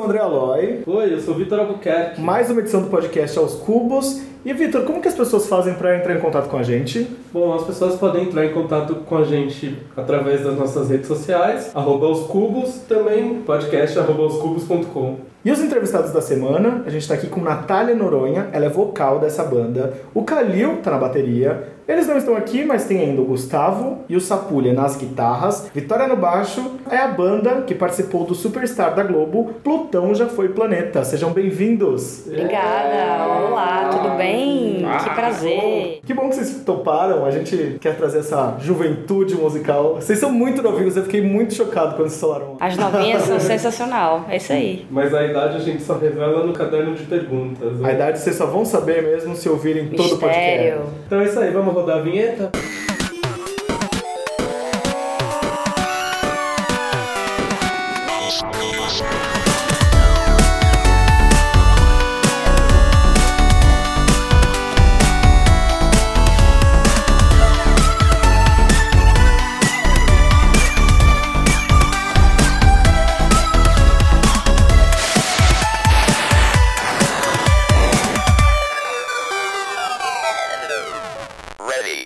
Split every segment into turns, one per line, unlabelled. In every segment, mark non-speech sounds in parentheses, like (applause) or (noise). Calói.
Oi, eu sou o Vitor Albuquerque.
Mais uma edição do podcast Aos Cubos. E, Vitor, como que as pessoas fazem para entrar em contato com a gente?
Bom, as pessoas podem entrar em contato com a gente através das nossas redes sociais, arroba os cubos, também podcast arroba oscubos.com.
E os entrevistados da semana, a gente tá aqui com Natália Noronha, ela é vocal dessa banda. O Calil tá na bateria. Eles não estão aqui, mas tem ainda o Gustavo e o Sapulha nas guitarras. Vitória no baixo é a banda que participou do Superstar da Globo, Plutão já foi planeta. Sejam bem-vindos.
Obrigada, olá, tudo bem? que
Ah.
prazer.
Que bom que vocês toparam, a gente quer trazer essa juventude musical. Vocês são muito novinhos, eu fiquei muito chocado quando vocês falaram.
As novinhas são sensacional, é isso aí.
Mas a idade a gente só revela no caderno de perguntas.
A
Né?
idade vocês só vão saber mesmo se ouvirem todo o podcast.
Mistério.
Então é isso aí, vamos rodar a vinheta?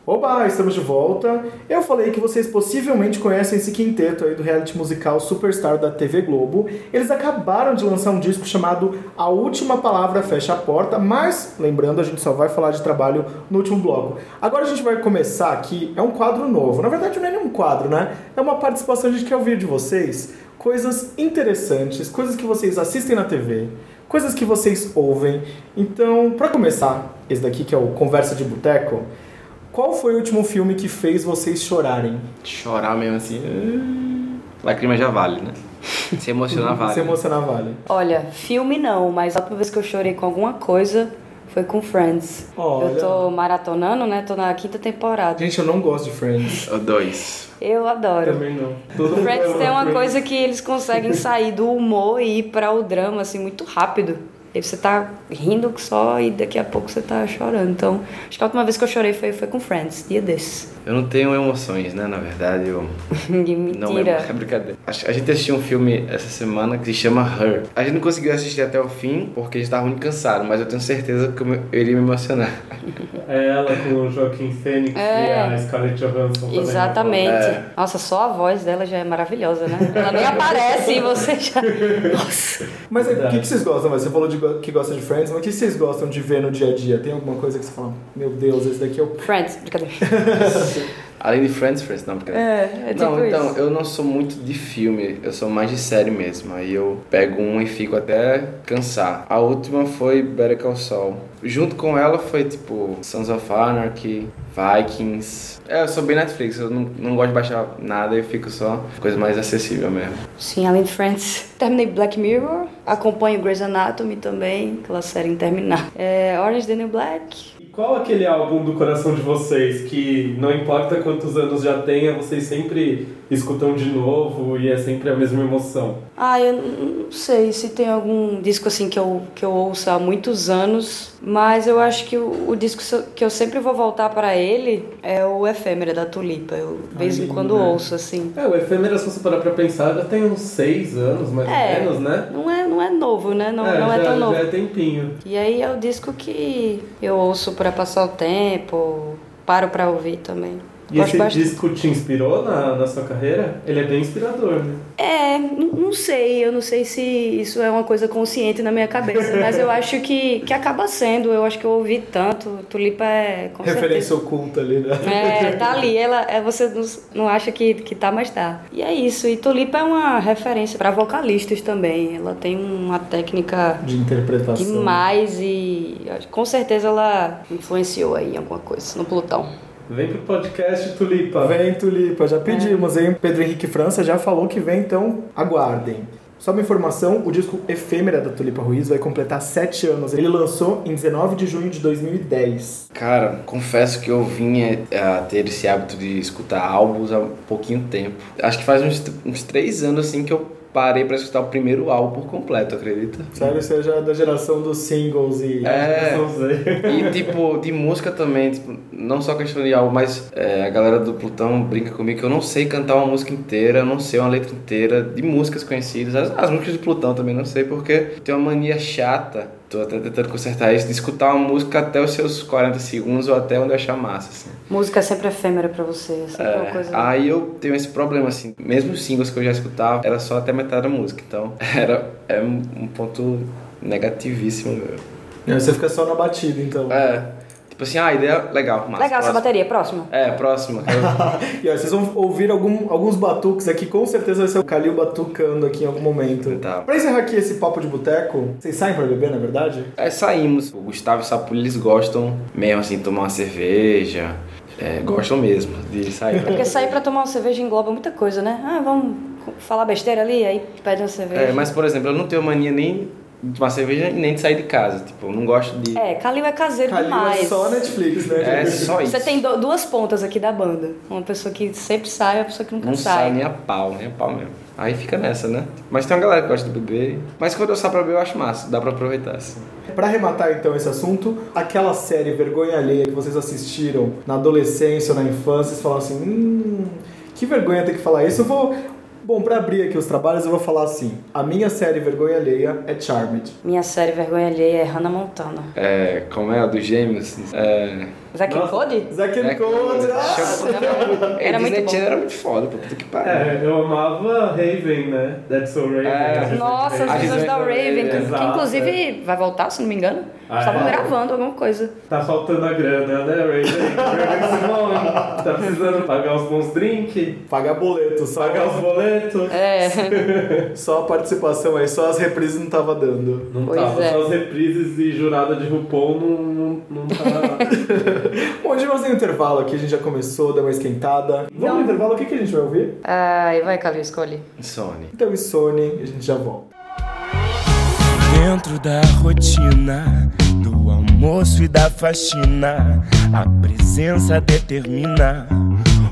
Oba, estamos de volta. Eu falei que vocês possivelmente conhecem esse quinteto aí do reality musical Superstar da TV Globo. Eles acabaram de lançar um disco chamado A Última Palavra Fecha a Porta, mas, lembrando, a gente só vai falar de trabalho no último bloco. Agora a gente vai começar aqui, é um quadro novo. Na verdade, não é nem um quadro, né? É uma participação, a gente quer ouvir de vocês coisas interessantes, coisas que vocês assistem na TV, coisas que vocês ouvem. Então, pra começar, esse daqui que é o Conversa de Boteco, qual foi o último filme que fez vocês chorarem?
Chorar mesmo assim. ah, Lágrima já vale, né? Se emocionar vale.
Se emocionar vale.
Olha, filme não, mas a última vez que eu chorei com alguma coisa foi com Friends.
Olha.
Eu tô maratonando, né? Tô na quinta temporada.
Gente, eu não gosto de Friends.
O dois.
Eu adoro.
Também não. Todo mundo é
Friends
ama
tem uma
Friends.
coisa que eles (laughs) conseguem sair do humor e ir pra o drama, assim, muito rápido. E você tá rindo só e daqui a pouco você tá chorando. Então, acho que a última vez que eu chorei foi, foi com Friends, dia desses. (laughs)
Eu não tenho emoções, né? Na verdade, eu. Não
Mentira.
(laughs) é brincadeira. A a gente assistiu um filme essa semana que se chama Her. A gente não conseguiu assistir até o fim porque a gente tava muito cansado, mas eu tenho certeza que eu me- eu iria me emocionar.
É ela com o Joaquim Fênix e a Scarlett Johansson. também, né?
É. Exatamente. Nossa, só a voz dela já é maravilhosa, né? Ela nem aparece e você (laughs) já. Nossa.
Mas é, o
Verdade.
que, que vocês gostam? Mas Você falou de go- que gosta de Friends, mas o que vocês gostam de ver no dia a dia? Tem alguma coisa que você fala, meu Deus, esse daqui é o.
Friends, brincadeira.
Além de Friends, Friends, não, porque.
É, é tipo
não, então,
isso.
eu não sou muito de filme, eu sou mais de série mesmo. Aí eu pego um e fico até cansar. A última foi Better Call Saul. Junto com ela foi tipo Sons of Anarchy, Vikings. É, eu sou bem Netflix, eu não, não gosto de baixar nada, eu fico só coisa mais acessível mesmo.
Sim, além de Friends. Terminei Black Mirror, acompanho Grey's Anatomy também, aquela série interminável. É, Orange the New Black.
E qual aquele álbum do coração de vocês que não importa quantos anos já tenha, vocês sempre escutam de novo e é sempre a mesma emoção?
Ah, eu n- não sei se tem algum disco assim que eu, que eu ouço há muitos anos, mas eu acho que o, o disco so- que eu sempre vou voltar pra ele é o Efêmera da Tulipa. Eu de vez em
lindo,
quando
né?
ouço assim.
É, o Efêmera, se você parar pra pensar, já tem uns seis anos mais ou
É.
menos, né?
Não é, não é novo, né? Não é, não
já,
é tão
já
novo.
é tempinho.
E aí é o disco que eu ouço pra passar o tempo, paro pra ouvir também.
E esse disco te inspirou na, na sua carreira? Ele é bem inspirador, né?
É, n- não sei, eu não sei se isso é uma coisa consciente na
(laughs)
minha cabeça, mas eu acho que, que acaba sendo, eu acho que eu ouvi tanto, Tulipa é com
Referência
certeza.
oculta ali, né?
É, tá ali, ela, é, você não, não acha que, que tá, mas tá. E é isso, e Tulipa é uma referência pra vocalistas também, ela tem uma técnica
De interpretação.
demais e acho- com certeza ela influenciou aí em alguma coisa, no Plutão.
Vem pro podcast Tulipa.
Vem, Tulipa, já pedimos, hein? Pedro Henrique França já falou que vem, então aguardem. Só uma informação, o disco Efêmera da Tulipa Ruiz vai completar 7 anos. Ele lançou em 19 de junho de 2010.
Cara, confesso que eu vinha a ter esse hábito de escutar álbuns há pouquinho tempo. Acho que faz uns, uns três anos assim que eu parei pra escutar o primeiro álbum por completo, acredita?
Sério, você já é da geração dos singles e.
É,
Não sei.
e tipo, de música também, tipo, não só questão de álbum, mas é, a galera do Plutão brinca comigo que eu não sei cantar uma música inteira, eu não sei uma letra inteira de músicas conhecidas. As, as músicas do Plutão também não sei, porque tem uma mania chata, tô até tentando consertar isso, de escutar uma música até os seus 40 segundos ou até onde eu achar massa, assim.
Música é sempre efêmera pra você, é sempre uma coisa.
Aí eu tenho esse problema, assim, mesmo os singles que eu já escutava, era só até metade da música, então (laughs) era é um um ponto negativíssimo meu.
Aí Você fica só na batida, então.
É, tipo assim, ah, ideia legal, massa.
Legal, essa
próxima.
bateria, próxima.
É,
(laughs)
próxima. Eu-
E aí, vocês vão ouvir algum- alguns batuques aqui, com certeza vai ser o Calil batucando aqui em algum momento.
Tá.
Pra encerrar aqui esse papo de boteco, vocês saem pra beber, na verdade?
é, saímos. O Gustavo e o Sapulho, eles gostam mesmo, assim, tomar uma cerveja. É, gostam mesmo de sair. pra-
É Porque sair pra tomar uma cerveja engloba muita coisa, né? Ah, vamos falar besteira ali, aí pede uma cerveja.
É, mas, por exemplo, eu não tenho mania nem de tomar cerveja nem de sair de casa. Tipo, eu não gosto de...
É, Calil é caseiro
Calil
demais.
é só Netflix, né?
É só isso.
Você tem do- duas pontas aqui da banda. Uma pessoa que sempre sai e uma pessoa que nunca
Não
sai.
sai né? nem a pau, nem a pau mesmo. Aí fica nessa, né? Mas tem uma galera que gosta de beber. Mas quando eu saio pra beber, eu acho massa. Dá pra aproveitar, assim.
Pra arrematar então esse assunto, aquela série Vergonha Alheia que vocês assistiram na adolescência ou na infância, vocês falaram assim, hum, que vergonha ter que falar isso, eu vou... Bom, pra abrir aqui os trabalhos, eu vou falar assim, a minha série Vergonha Alheia é Charmed.
Minha série Vergonha Alheia é Hannah Montana.
É, como é? A dos gêmeos? É...
Zack and
Nossa.
Cody?
Zack and
É,
Cody!
Ah!
Chama-
Era
Disney
muito bom.
Channel né, era muito foda, pô. Puta que pariu.
É, eu amava Raven, né? That's So Raven.
É.
Disney
Nossa, os
A
episódios
Disney
da Raven,
Raven,
que, que
exato,
inclusive vai voltar, se não me engano.
Ah,
Estavam
é?
gravando alguma coisa.
Tá faltando a grana, né, Raven? Raven Simone. Tá precisando pagar os bons drinks,
Pagar boleto, só,
pagar os boletos.
É.
só a participação aí, só as reprises não tava dando.
Não
Pois
tava,
é.
só as reprises e jurada de RuPaul não, não, não tava.
Bom, a gente vai fazer um intervalo aqui, a gente já começou, deu uma esquentada. Vamos no intervalo, o que, que a gente vai ouvir?
Ai, vai, Calil, escolhe.
Sony.
Então, Sony, a gente já volta.
Dentro da rotina do almoço e da faxina, a presença determina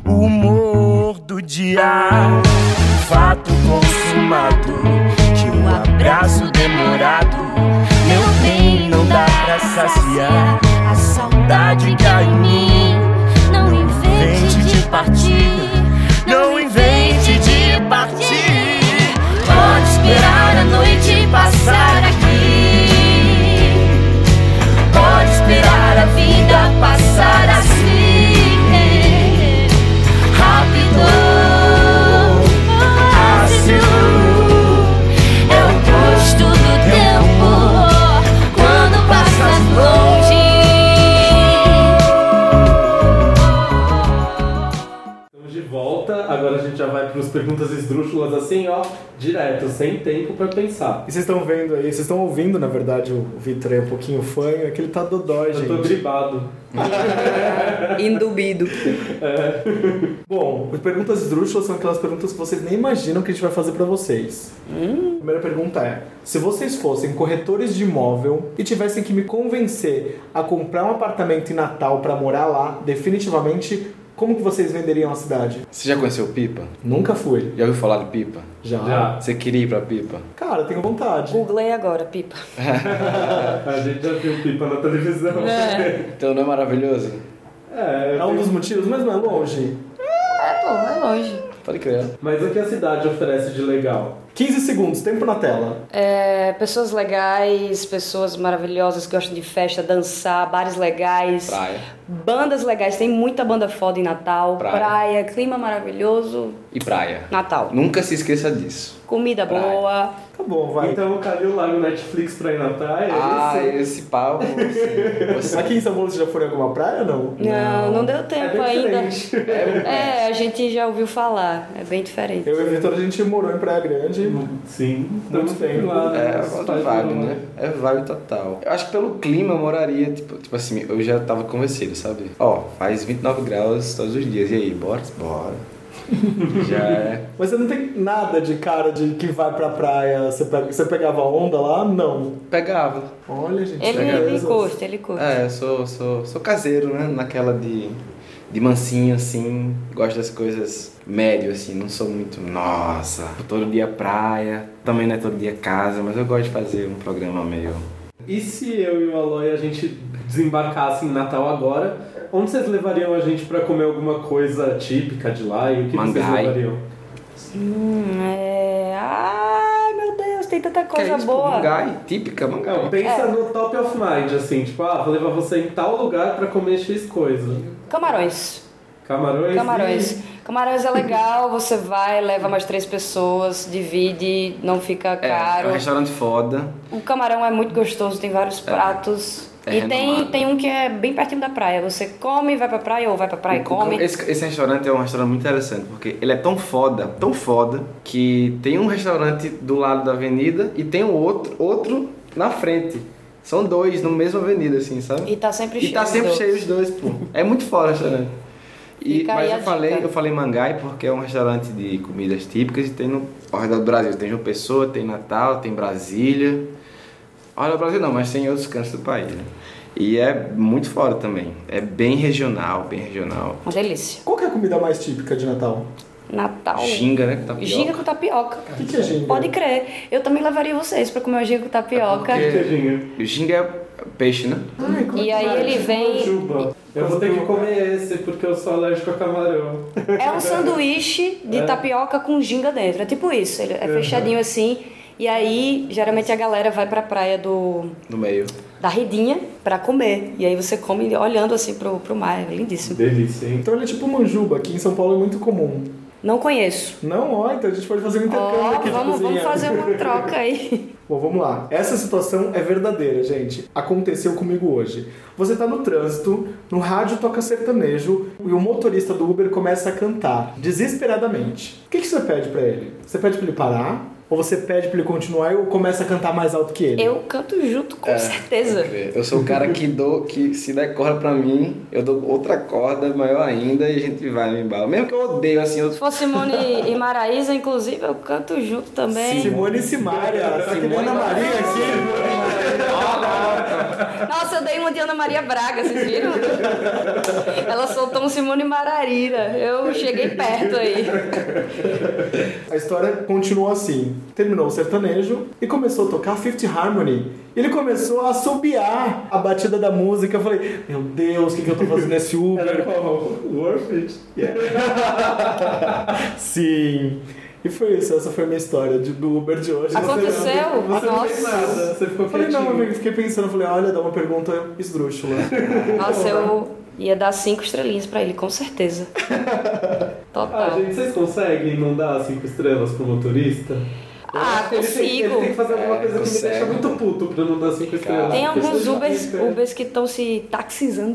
o humor do dia. Um fato consumado, que um abraço demorado, meu bem, não dá pra saciar.
A saudade que há em mim Não invente de partir Não invente de partir Pode esperar a noite passar aqui Pode esperar a vida passar assim Rápido Ácido é o gosto do tempo quando passas longe.
Estamos de volta, agora a gente já vai para as perguntas esdrúxulas assim, ó, direto, sem tempo pra pensar.
E vocês estão vendo aí, vocês estão ouvindo, na verdade, o Vitor é um pouquinho fanho, é que ele tá dodói,
Eu tô
gente.
gripado.
Indubido.
Bom, as perguntas esdrúxulas são aquelas perguntas que vocês nem imaginam que a gente vai fazer pra vocês.
Hum?
A primeira pergunta é: se vocês fossem corretores de imóvel e tivessem que me convencer a comprar um apartamento em Natal pra morar lá, definitivamente, como que vocês venderiam a cidade?
Você já conheceu Pipa?
Nunca fui.
Já ouviu falar de Pipa?
Já.
Já.
Você queria ir pra Pipa?
Cara, tenho vontade.
Googlei agora, pipa.
A gente já viu pipa na televisão.
Então não é maravilhoso?
É,
É um dos motivos, mas não é longe.
É, pô, é longe.
Pode crer.
Mas o que a cidade oferece de legal?
15 segundos, tempo na tela.
É, pessoas legais, pessoas maravilhosas que gostam de festa, dançar, bares legais,
Praia.
bandas legais. Tem muita banda foda em Natal,
Praia.
praia clima maravilhoso,
E praia.
Natal.
Nunca se esqueça disso.
Comida
Praia.
boa.
Tá bom, vai.
(laughs) Então o Calil larga o Netflix pra ir na praia?
Ah,
É isso?
esse pau. Você...
Aqui em São Paulo você já foi em alguma praia ou não?
Não, não deu tempo
bem
ainda.
diferente.
É, a gente já ouviu falar. É bem diferente.
Eu e o Vitor, a gente morou em Praia Grande.
Sim,
Muito
estamos
tempo.
lá. né?
É,
Nossa,
outra
faz
vibe,
um-
né? É vibe total. Eu acho que pelo clima eu moraria, tipo, tipo assim, eu já tava convencido, sabe? Ó, faz 29 graus todos os dias, e aí, bora?
(laughs)
Bora. já é.
Mas você não tem nada de cara de que vai pra praia, você, pega- você pegava onda lá? Não.
Pegava.
Olha, gente.
Ele,
que
ele
coisa.
curte, ele curte.
É, eu sou, sou, sou caseiro, né? Naquela de, de mansinho, assim, gosto das coisas médio, assim, não sou muito, nossa, todo dia praia, também não é todo dia casa, mas eu gosto de fazer um programa meio.
E se eu e o Aloy a gente desembarcasse em Natal agora, onde vocês levariam a gente pra comer alguma coisa típica de lá e o que, que vocês
Mangai.
levariam?
Hum, é... Ai, meu Deus, tem tanta
Que é
coisa
isso, pô,
boa.
Mangai, típica É, mangai.
Não, pensa
É.
no top of mind, assim, tipo, ah, vou levar você em tal lugar pra comer X coisa.
Camarões.
Camarões.
Camarões.
e-
Camarões é legal, você vai, leva mais três pessoas, divide, não fica
É, é
caro.
um restaurante foda.
O camarão é muito gostoso, tem vários pratos.
É
e tem,
renomado.
tem um que é bem pertinho da praia. Você come, vai pra praia, ou vai pra praia e come.
Esse, esse restaurante é um restaurante muito interessante, porque ele é tão foda, tão foda, que tem um restaurante do lado da avenida e tem um outro, outro na frente. São dois na mesma avenida, assim, sabe?
E tá sempre
E
cheio.
tá
os
sempre
dois.
cheio os dois, pô. É muito foda o restaurante. E,
Fica aí
mas
a
eu falei,
dica.
eu falei mangai porque é um restaurante de comidas típicas e tem no ao redor do Brasil. Tem João Pessoa, tem Natal, tem Brasília. Ao redor do Brasil não, mas tem em outros cantos do país. né? E é muito foda também. É bem regional, bem regional.
Uma delícia.
Qual que é a comida mais típica de Natal?
Natal.
Ginga, né? Que tá pior.
Giga com tapioca.
O que, que é ginga?
Pode crer. Eu também levaria vocês pra comer uma giga com tapioca.
É porque-
Queijinho.
Ginga é peixe, né?
Ai, como
E aí
que é?
ele vem.
Juba. Eu vou ter que comer esse porque eu sou alérgico a camarão.
É um sanduíche de
É.
tapioca com ginga dentro. É tipo isso. Ele é fechadinho assim. E aí, geralmente a galera vai pra praia do
No meio.
da Ridinha pra comer. E aí você come olhando assim pro, pro mar. É lindíssimo.
Delícia, hein?
Então ele é tipo manjuba, que em São Paulo é muito comum.
Não conheço.
Não, ó, então a gente pode fazer um intercâmbio
Ó,
aqui
vamos,
de cozinha.
vamos fazer um uma troca aí.
Bom, vamos lá. Essa situação é verdadeira, gente. Aconteceu comigo hoje. Você tá no trânsito, no rádio toca sertanejo e o motorista do Uber começa a cantar desesperadamente. O que, que você pede pra ele? Você pede pra ele parar? Ou você pede pra ele continuar ou começa a cantar mais alto que ele? É.
Eu canto junto, com certeza.
É, Eu sou o cara que dou, que se der corda pra mim, eu dou outra corda maior ainda e a gente vai no embalo. Mesmo que eu odeio, assim, eu
Se fosse Simone e Maraísa, inclusive, eu canto junto também.
Simone e Simaria, Simone Ana Maria aqui.
Nossa, eu dei uma de Ana Maria Braga,
(laughs)
vocês viram? Ela soltou um Simone Mararira. Eu cheguei perto aí.
A história continuou assim. Terminou o sertanejo e começou a tocar Fifth Harmony. Ele começou a assobiar a batida da música. Eu falei, meu Deus, o que, que eu tô fazendo (laughs) nesse Uber?
Era como worth it.
Sim. E foi isso, essa foi a minha história de, do Uber de hoje.
Aconteceu?
Você não fez
Nossa.
nada, você ficou
Eu falei,
quietinho.
não, eu fiquei pensando, eu falei, olha, dá uma pergunta
(laughs)
esdrúxula.
Nossa, eu ia dar cinco estrelinhas pra ele, com certeza.
Ah,
Total.
gente, vocês conseguem não dar cinco estrelas pro motorista? Eu
Ah,
acho que ele tem- Ele
consigo.
tem, que fazer alguma
É,
coisa que me
consegue.
deixa muito puto pra não dar cinco estrelas.
Tem
Porque
alguns
você já
Ubers,
fica-
Ubers que estão se taxizando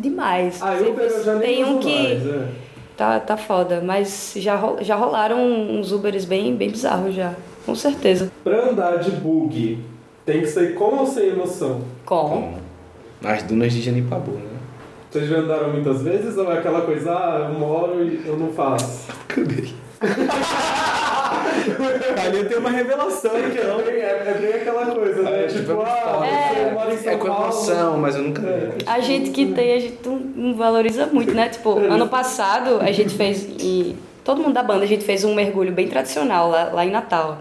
né?
demais.
Ah, Uber eu já nem
Tem
uso
um que.
mais, é.
Tá, tá foda, mas já, ro- já rolaram uns Ubers bem, bem bizarros já. Com certeza.
Pra andar de bug, tem que ser com ou sem emoção?
Com.
Bom, nas dunas de Janipabu, né?
Vocês já andaram muitas vezes ou é aquela coisa, ah, eu moro e eu não faço?
Ali tem uma revelação, então.
É bem, é, é bem aquela coisa, né?
É,
tipo,
tipo,
ah,
é-
eu moro em São
É com
Paulo.
emoção, mas eu nunca vi.
A gente que tem, a gente não, não valoriza muito, né? Tipo, ano passado a gente fez. E todo mundo da banda, a gente fez um mergulho bem tradicional lá, lá em Natal.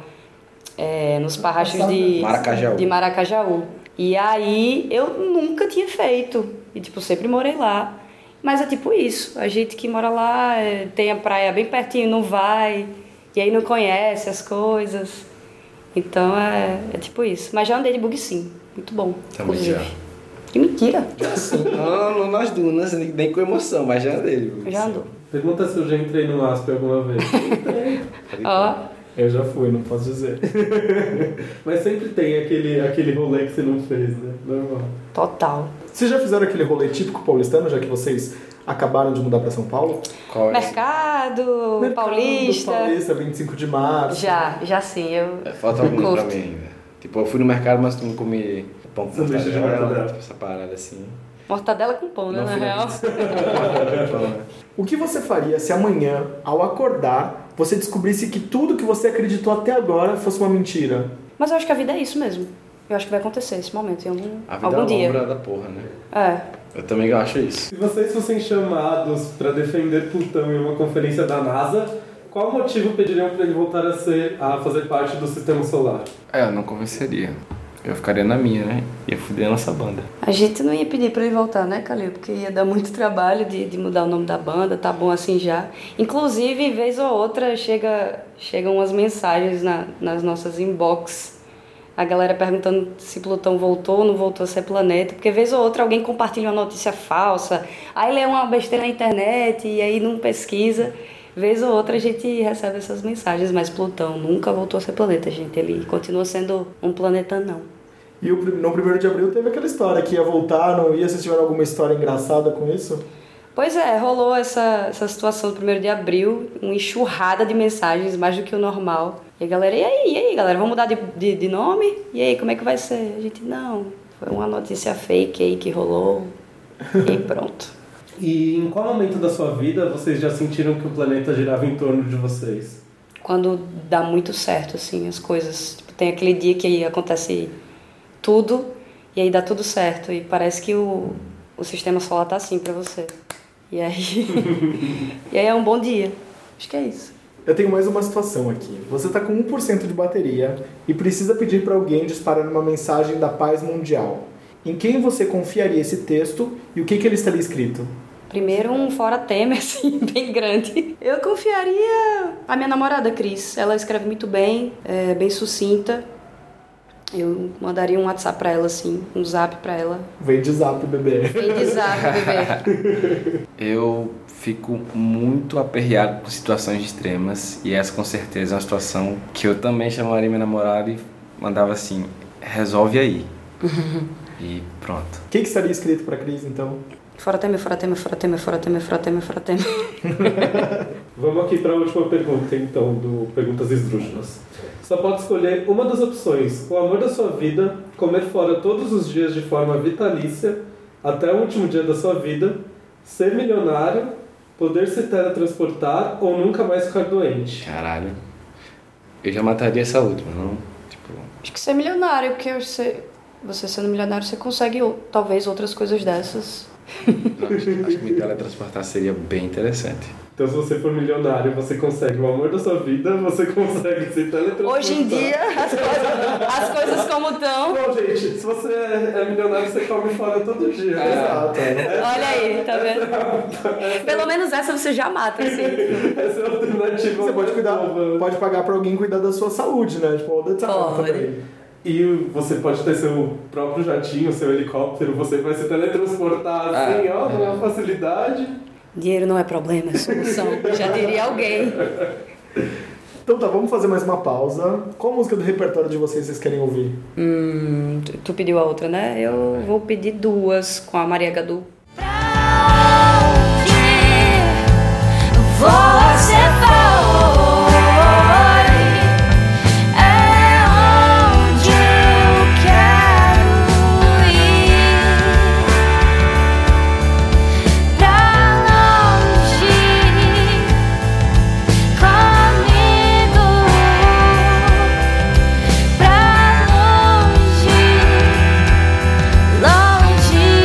É, nos parrachos de
Maracajaú.
de Maracajaú. E aí eu nunca tinha feito. E tipo, sempre morei lá. Mas é tipo isso, a gente que mora lá é, tem a praia bem pertinho, não vai, e aí não conhece as coisas. Então é, é tipo isso. Mas já andei de bug sim, muito bom.
Também
inclusive.
já.
Que mentira!
Não, não nas dunas, nem nem com emoção, mas já dele.
Já andou.
Pergunta se eu já entrei no ASP alguma vez.
Ó,
Eu já fui, não posso dizer.
Mas sempre tem aquele, aquele rolê que você não fez, né? Normal.
total.
Vocês já fizeram aquele rolê típico paulistano, já que vocês acabaram de mudar pra São Paulo?
Qual é?
Mercado,
Mercado
paulista.
Paulista, 25 de março.
Já, já sim, eu.
É, Falta algum pra
curto.
mim ainda. Tipo, eu fui no mercado, mas não comi pão com
Sanduíche de
mortadela,
mortadela.
tipo, essa parada assim.
(laughs) Mortadela com pão, né?
Não
Na
fui
real.
O que você faria se amanhã, ao acordar, você descobrisse que tudo que você acreditou até agora fosse uma mentira?
Mas eu acho que a vida é isso mesmo. Eu acho que vai acontecer esse momento em algum,
A vida
algum
é uma
dia.
obra da porra, né?
É.
Eu também acho isso.
Se vocês fossem chamados para defender Plutão em uma conferência da NASA, qual motivo pediriam para ele voltar a ser, a fazer parte do sistema solar?
É, eu não convenceria. Eu ficaria na minha, né? Ia fuder nossa banda.
A gente não ia pedir pra ele voltar, né, Calil? Porque ia dar muito trabalho de, de mudar o nome da banda, tá bom assim já. Inclusive, vez ou outra, chega, chegam umas mensagens na, nas nossas inbox. A galera perguntando se Plutão voltou ou não voltou a ser planeta. Porque vez ou outra alguém compartilha uma notícia falsa. Aí lê uma besteira na internet e aí não pesquisa. Vez ou outra a gente recebe essas mensagens, mas Plutão nunca voltou a ser planeta, gente. Ele continua sendo um planeta não.
E o, prim- no primeiro de abril teve aquela história que ia voltar, não ia. Vocês tiveram alguma história engraçada com isso?
Pois é, rolou essa, essa situação do 1 de abril, uma enxurrada de mensagens, mais do que o normal. E a galera, e aí, e aí, galera, vamos mudar de, de, de nome? E aí, como é que vai ser? A gente, não, foi uma notícia fake aí que rolou. E pronto.
E em qual momento da sua vida vocês já sentiram que o planeta girava em torno de vocês?
Quando dá muito certo, assim, as coisas. Tipo, tem aquele dia que aí acontece tudo, e aí dá tudo certo. E parece que o, o sistema solar tá assim pra você. E aí. (laughs) e aí é um bom dia. Acho que é isso.
Eu tenho mais uma situação aqui. Você tá com 1% de bateria e precisa pedir para alguém disparar uma mensagem da paz mundial. Em quem você confiaria esse texto e o que, que ele estaria escrito?
Primeiro um fora Temer, (laughs) assim, bem grande. Eu confiaria a minha namorada, Cris. Ela escreve muito bem, é bem sucinta. Eu mandaria um WhatsApp pra ela, assim, um zap pra ela.
Vem de zap, bebê.
Vem de zap, bebê.
Eu fico muito aperreado com situações extremas e essa com certeza é uma situação que eu também chamaria minha namorada e mandava assim, resolve aí. e pronto.
O que, que estaria escrito pra Cris, então?
(laughs) Fora Temer, fora Temer, fora Temer, fora Temer, fora Temer, fora Temer.
Vamos aqui para a última pergunta, então, do Perguntas Esdrúxulas. Só pode escolher uma das opções: o amor da sua vida, comer fora todos os dias de forma vitalícia, até o último dia da sua vida, ser milionário, poder se teletransportar ou nunca mais ficar doente.
Caralho. Eu já mataria essa última, não? Tipo,
Acho que ser milionário, porque você, você sendo milionário, você consegue ou- talvez outras coisas dessas.
não, acho, acho que me teletransportar seria bem interessante.
Então, se você for milionário, você consegue o amor da sua vida, você (laughs) consegue se teletransportar.
Hoje em dia, as coisas, as coisas como estão.
Bom, gente, se você é é milionário, você come fora todo dia.
Exato.
Olha aí, tá vendo? Pelo menos essa você já mata, assim.
Essa é a
(laughs)
alternativa.
Você pode cuidar,
nova.
pode pagar pra alguém cuidar da sua saúde, né? Tipo, all the time
Pode.
também.
E você pode ter seu próprio jatinho, seu helicóptero, você vai se
É.
teletransportar assim, ó, numa facilidade.
Dinheiro não é problema, é solução. Já diria alguém.
Então tá, vamos fazer mais uma pausa. Qual música do repertório de vocês vocês querem ouvir?
Hum, tu- tu pediu a outra, né? Eu vou pedir duas com a Maria Gadu.
Onde você foi é onde eu quero ir pra longe comigo, pra longe longe.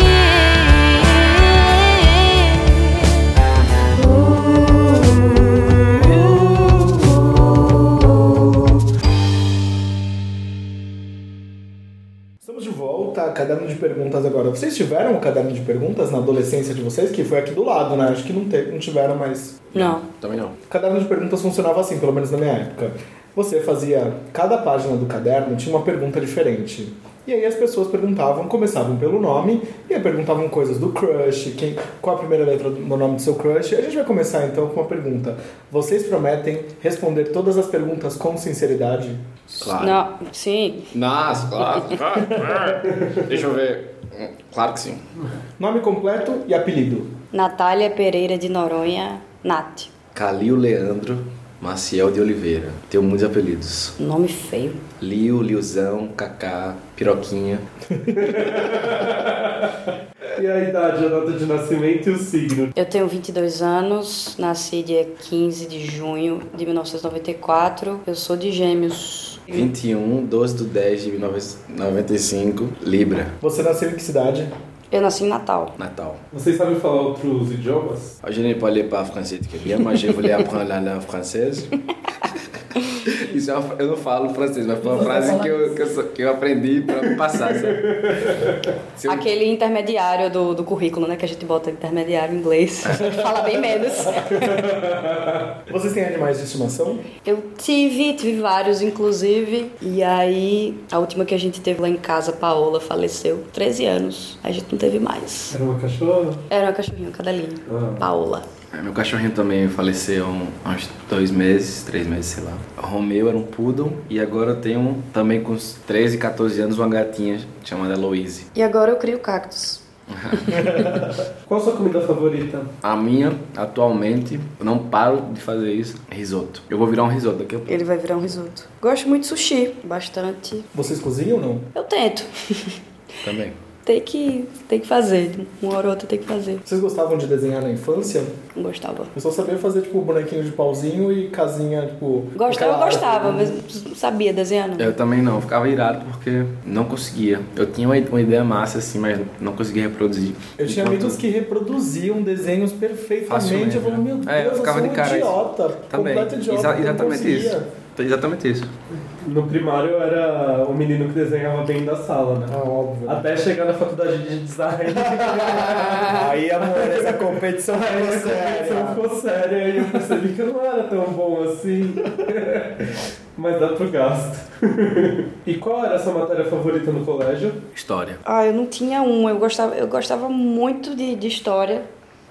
Estamos de volta, caderno de perguntas agora. Vocês tiveram o caderno de perguntas na adolescência de vocês? Que foi aqui do lado, né? Acho que não, teve, não tiveram, mas.
Não.
Também não.
O caderno de perguntas funcionava assim, pelo menos na minha época. Você fazia. Cada página do caderno tinha uma pergunta diferente. E aí as pessoas perguntavam, começavam pelo nome, e aí perguntavam coisas do crush, quem, qual a primeira letra do nome do seu crush. A gente vai começar então com uma pergunta. Vocês prometem responder todas as perguntas com sinceridade?
Claro.
Não, sim.
Nossa, claro. Deixa eu ver. Claro que sim.
Nome completo e apelido.
Natália Pereira de Noronha, Nath.
Calil Leandro Maciel de Oliveira. Tenho muitos apelidos.
Nome feio.
Liu, Liuzão, Cacá, Piroquinha.
E a idade, a data de nascimento e o signo.
Eu tenho 22 anos, nasci dia 15 de junho de 1994. Eu sou de Gêmeos.
21, 12 do 10 de 1995, Libra.
Você nasceu em que cidade?
Eu nasci em Natal.
Natal.
Vocês sabem falar outros idiomas?
Je n'ai pas les pas français très bien, moi je voulais apprendre la langue française. (laughs) Isso é uma- eu não falo francês, mas foi uma frase que eu, que eu, sou- que eu aprendi pra passar, sabe? Se eu-
Aquele intermediário do, do currículo, né? Que a gente bota intermediário em inglês. Fala bem menos.
Vocês têm animais de estimação?
Eu tive, tive vários, inclusive. E aí, a última que a gente teve lá em casa, a Paola, faleceu. 13 anos. A gente não teve mais.
Era uma cachorra?
Era uma cachorrinha, uma cadelinha.
Ah.
Paola.
É, Meu cachorrinho também faleceu há uns dois meses, três meses, sei lá. O Romeu era um poodle e agora eu tenho um, também com uns 13, 14 anos uma gatinha chamada Louise.
E agora eu crio cactos.
Qual a sua comida favorita?
A minha, atualmente, eu não paro de fazer isso, é risoto. Eu vou virar um risoto daqui a pouco.
Ele vai virar um risoto. Gosto muito de sushi. Bastante.
Vocês cozinham ou não?
Eu tento.
Também.
tem que, tem que fazer. Uma hora ou outra tem que fazer.
Vocês gostavam de desenhar na infância?
Não gostava.
Eu só sabia fazer, tipo, bonequinho de pauzinho e casinha, tipo...
Gostava, eu
aquela-
gostava, mas não sabia desenhar, não.
Eu também não, eu ficava irado porque não conseguia. Eu tinha uma, uma ideia massa assim, mas não conseguia reproduzir.
Eu tinha
Enquanto-
amigos que reproduziam desenhos perfeitamente.
Facilmente,
Eu falava,
né?
meu Deus,
É, eu
eu,
ficava
sou
de cara,
um idiota.
Também.
Completo idiota.
Exa-
não
exatamente
conseguia.
isso. Exatamente isso.
No primário eu era o menino que desenhava bem da sala, né?
Ah, óbvio.
Até chegar na faculdade de design,
Ah.
Aí, amor, essa competição é
a
você.
ficou séria e eu percebi que eu não era tão bom assim. (laughs) Mas dá pro gasto. E qual era a sua matéria favorita no colégio?
História.
Ah, eu não tinha um. Eu gostava, eu gostava muito de, de história,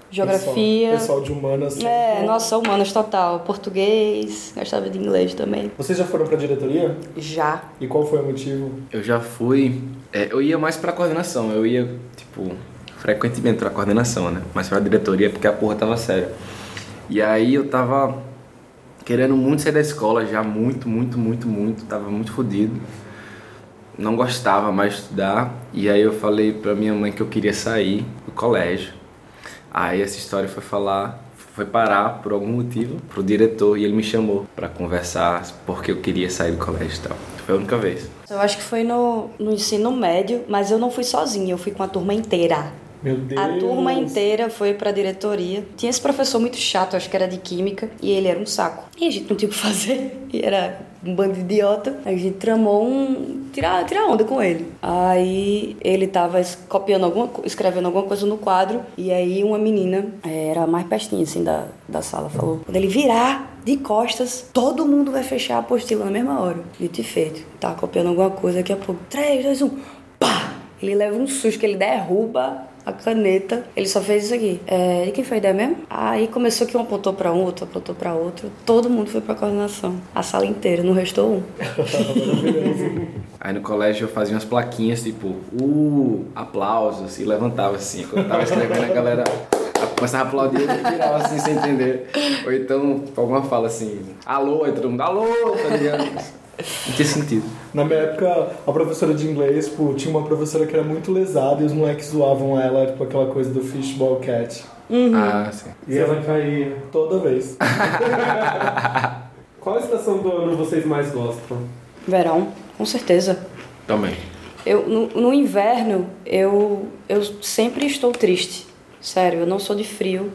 geografia.
Pessoal, pessoal de humanas.
É,
sempre.
nossa, humanas total. Português, gostava de inglês também.
Vocês já foram pra diretoria?
Já.
E qual foi o motivo?
Eu já fui. é, eu ia mais pra coordenação, eu ia, tipo, frequentemente pra coordenação, né? Mas pra diretoria, porque a porra tava séria. E aí eu tava querendo muito sair da escola já, muito, muito, muito, muito. Tava muito fodido. Não gostava mais de estudar. E aí eu falei pra minha mãe que eu queria sair do colégio. Aí essa história foi falar. Foi parar por algum motivo pro diretor e ele me chamou pra conversar porque eu queria sair do colégio e tal. Foi a única vez.
Eu acho que foi no, no ensino médio, mas eu não fui sozinha, eu fui com a turma inteira.
Meu Deus.
A turma inteira foi pra diretoria. Tinha esse professor muito chato, acho que era de química, e ele era um saco. E a gente não tinha o que fazer. (laughs) E era um bando de idiota. A gente tramou um. tirar tirar onda com ele. Aí ele tava es- copiando alguma co- escrevendo alguma coisa no quadro. E aí uma menina, eh, era a mais pestinha assim da, da sala, falou: quando ele virar. De costas, todo mundo vai fechar a apostila na mesma hora. Dito e feito. Tava copiando alguma coisa daqui a pouco. 3, 2, 1. Pá! Ele leva um susto que ele derruba a caneta. Ele só fez isso aqui. É, e quem foi a ideia mesmo? Aí começou que um apontou pra um, outro apontou pra outro. Todo mundo foi pra coordenação. A sala inteira, não restou um.
Aí no colégio eu fazia umas plaquinhas, tipo, uh, aplausos, e levantava assim. Quando eu tava escrevendo, a galera começava a aplaudir e virava assim, sem entender. Ou então, alguma fala assim, alô, aí todo mundo, alô, tá ligado? Não tinha sentido.
Na minha época, a professora de inglês, tipo, tinha uma professora que era muito lesada e os moleques zoavam ela, tipo, aquela coisa do fishball cat.
Uhum.
Ah, sim.
E
Você
ela
vai cair.
toda vez.
Qual estação do ano vocês mais gostam?
Verão, com certeza.
Também.
Eu, no, no inverno, eu, eu sempre estou triste. Sério, eu não sou de frio.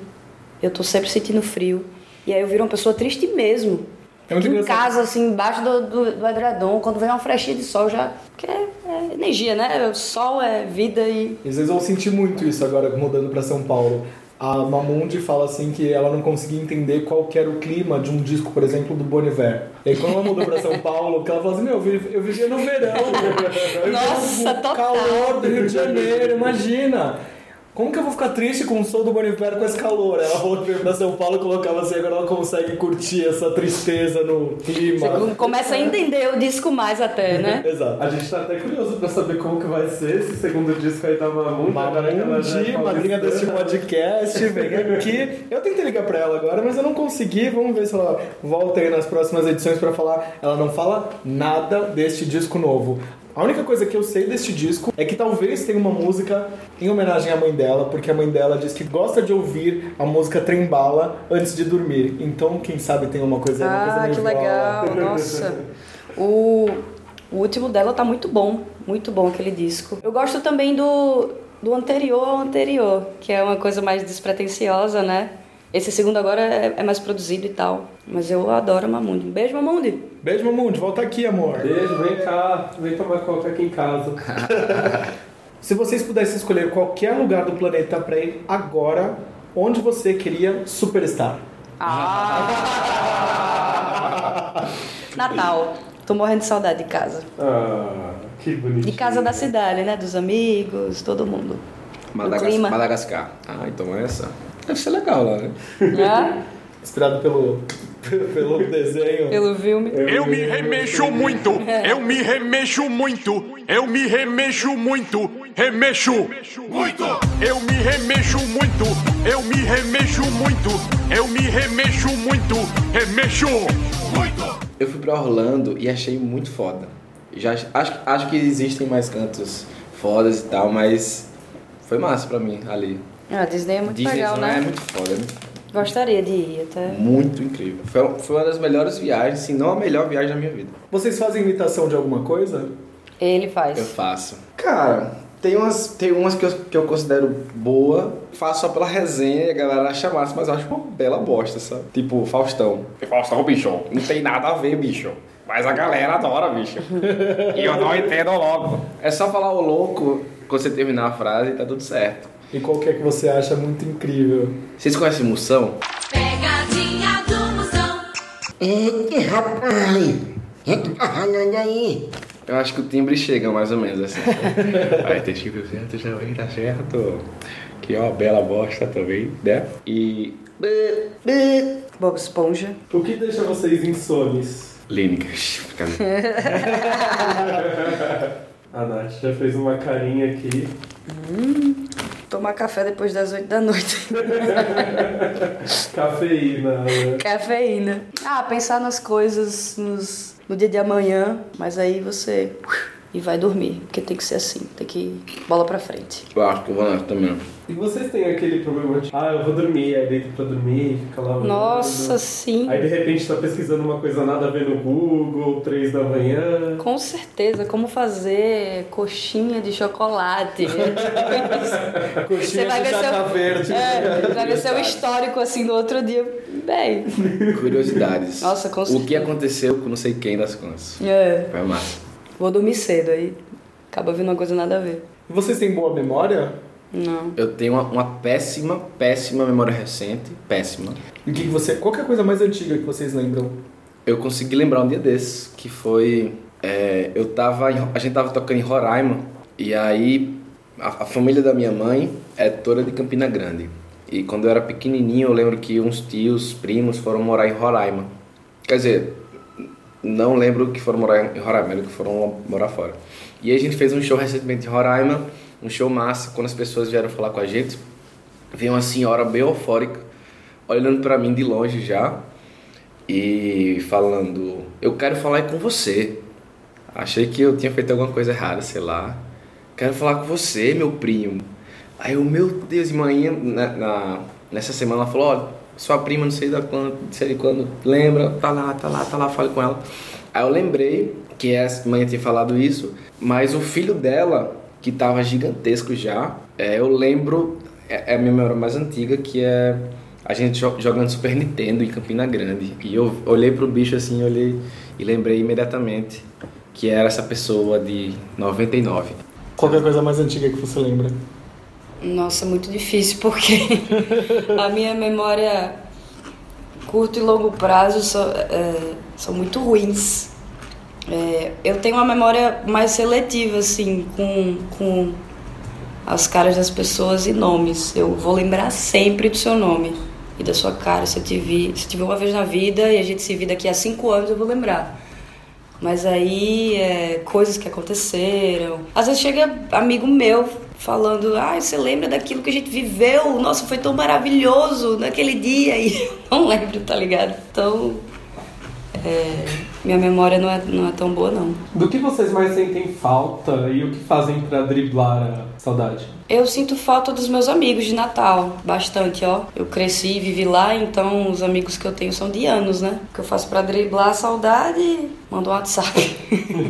Eu tô sempre sentindo frio. E aí eu viro uma pessoa triste mesmo.
É muito
em
engraçado.
casa, assim, embaixo do, do, do edredom, quando vem uma frestinha de sol, já. Porque é, é energia, né? O sol é vida e.
E vocês vão sentir muito isso agora mudando pra São Paulo. A Mamundi fala assim que ela não conseguia entender qual que era o clima de um disco, por exemplo, do Bon Iver. E aí quando ela mudou pra São Paulo, que ela falou assim, meu, eu vi- eu vivia no verão. eu vivia
Nossa,
no
total.
calor do Rio de Janeiro, imagina. Como que eu vou ficar triste com o som do Bon Iver com esse calor? Ela voltou pra São Paulo e colocava assim, agora ela consegue curtir essa tristeza no clima.
Você começa a entender o disco mais
(laughs)
até, né?
Exato.
A gente tá até curioso pra saber como que vai ser esse segundo disco aí da Mamundi. agora que ela já é
Mamundi, madrinha desse
paulistana.
podcast, vem aqui. Eu tentei ligar pra ela agora, mas eu não consegui. Vamos ver se ela volta aí nas próximas edições pra falar. Ela não fala nada deste disco novo. A única coisa que eu sei deste disco é que talvez tenha uma música em homenagem à mãe dela, porque a mãe dela diz que gosta de ouvir a música Trembala antes de dormir. Então, quem sabe tem uma coisa aí, uma coisa
Ah,
meio
que
viola.
legal,
(laughs)
nossa. O, o último dela tá muito bom, muito bom aquele disco. Eu gosto também do do anterior ao anterior, que é uma coisa mais despretensiosa, né? Esse segundo agora é, é mais produzido e tal. Mas eu adoro Mamundi. Um beijo, Mamundi!
Beijo, Mamundi. Volta aqui, amor.
Beijo, vem cá, vem tomar coca aqui
(laughs)
em casa.
Se vocês pudessem escolher qualquer lugar do planeta pra ir agora, onde você queria superstar?
Ah.
(laughs) Natal. Tô morrendo de saudade de casa.
Ah, que bonitinho.
De casa da cidade, né? Dos amigos, todo mundo.
Madagas-
clima.
Madagascar. Ah, então essa. Deve ser legal lá, né?
(laughs) Né?
Inspirado pelo, pelo desenho.
Pelo filme.
Eu me remexo muito, eu me remexo muito, eu me remexo muito, remexo muito. Eu me remexo muito, eu me remexo muito, eu me remexo muito, remexo muito.
Eu fui pra Orlando e achei muito foda. Já, ach- acho, acho que existem mais cantos fodas e tal, mas foi massa pra mim ali.
Ah, Disney é muito
Disney
legal,
não é
né?
muito foda, é muito-
Gostaria de ir até.
muito incrível. Foi, foi uma das melhores viagens, se não a melhor viagem da minha vida.
Vocês fazem imitação de alguma coisa?
Ele
Eu
faz.
faço. Cara, tem umas, tem umas que, eu, que eu considero boa, faço só pela resenha e a galera acha massa, mas eu acho uma bela bosta, sabe? Tipo, Faustão. Faustão, bicho, não tem nada a ver, bicho. Mas a galera adora, bicho. E eu não entendo logo. É só falar o louco quando você terminar a frase e tá tudo certo.
E qual que é que você acha muito incrível?
Vocês conhecem Moção?
Pegadinha do Moção.
Eu acho que o timbre chega mais ou menos assim. (laughs) Aí tem 5% também, tá certo. Que é uma bela bosta também, né? E.
Bob Esponja.
O que deixa vocês insones?
Línicas.
A Nath já fez uma carinha aqui.
Tomar café depois das 8 da noite. (laughs)
Cafeína. né?
Cafeína. Ah, pensar nas coisas nos, no dia de amanhã, mas aí você. E vai dormir, porque tem que ser assim, tem que bola pra frente.
Eu acho que eu vou nessa também.
E vocês têm aquele problema de, ah, eu vou dormir, aí deita pra dormir, fica lá. olhando.
Nossa, sim.
Aí de repente tá pesquisando uma coisa nada a ver no Google, três da manhã.
Com certeza, como fazer coxinha de chocolate. Você vai ver
tá
seu- É, vai ver seu histórico assim do outro dia. Bem.
Curiosidades.
(laughs) Nossa, com
O que
certeza.
aconteceu com não sei quem das contas.
É.
Foi massa.
Vou dormir cedo aí. Acaba vindo uma coisa nada a ver.
E Vocês têm boa memória?
Não.
Eu tenho uma, uma péssima, péssima memória recente. Péssima.
Em que você, qual que é a coisa mais antiga que vocês lembram?
Eu consegui lembrar um dia desses, que foi. é, eu tava. em- a gente tava tocando em Roraima, e aí a, a família da minha mãe é toda de Campina Grande. E quando eu era pequenininho, eu lembro que uns tios, primos foram morar em Roraima. Quer dizer, n- não lembro que foram morar em Roraima, lembro que foram morar fora. E aí a gente fez um show recentemente em Roraima, um show massa, quando as pessoas vieram falar com a gente, veio uma senhora bem eufórica, olhando pra mim de longe já, e falando: Eu quero falar com você. Achei que eu tinha feito alguma coisa errada, sei lá. Quero falar com você, meu primo. Aí eu, meu Deus, de manhã, na, na- nessa semana, ela falou: Ó, sua prima, não sei da quando, não sei de quando, lembra, tá lá, tá lá, tá lá, fale com ela. Aí eu lembrei que essa manhã tinha falado isso, mas o filho dela, que tava gigantesco já, é, eu lembro, é, é a minha memória mais antiga, que é a gente jo- jogando Super (laughs) Nintendo em Campina Grande. E eu olhei pro bicho assim, olhei e lembrei imediatamente que era essa pessoa de 99.
Qual que é a coisa mais antiga que você lembra?
Nossa, muito difícil, porque (laughs) a minha memória curto e longo prazo só- é, são muito ruins. É, eu tenho uma memória mais seletiva, assim, com, com as caras das pessoas e nomes. Eu vou lembrar sempre do seu nome e da sua cara. Se eu te vi, se eu te vi uma vez na vida e a gente se vê daqui a cinco anos, eu vou lembrar. Mas aí, é, coisas que aconteceram. Às vezes chega amigo meu falando: Ah, você lembra daquilo que a gente viveu? Nossa, foi tão maravilhoso naquele dia. (laughs) E eu não lembro, tá ligado? Então, é, minha memória não é, não é tão boa, não.
Do que vocês mais sentem falta e o que fazem pra driblar a saudade?
Eu sinto falta dos meus amigos de Natal, bastante, ó. Eu cresci e vivi lá, então os amigos que eu tenho são de anos, né? O que eu faço pra driblar a (laughs) saudade? Mando um WhatsApp.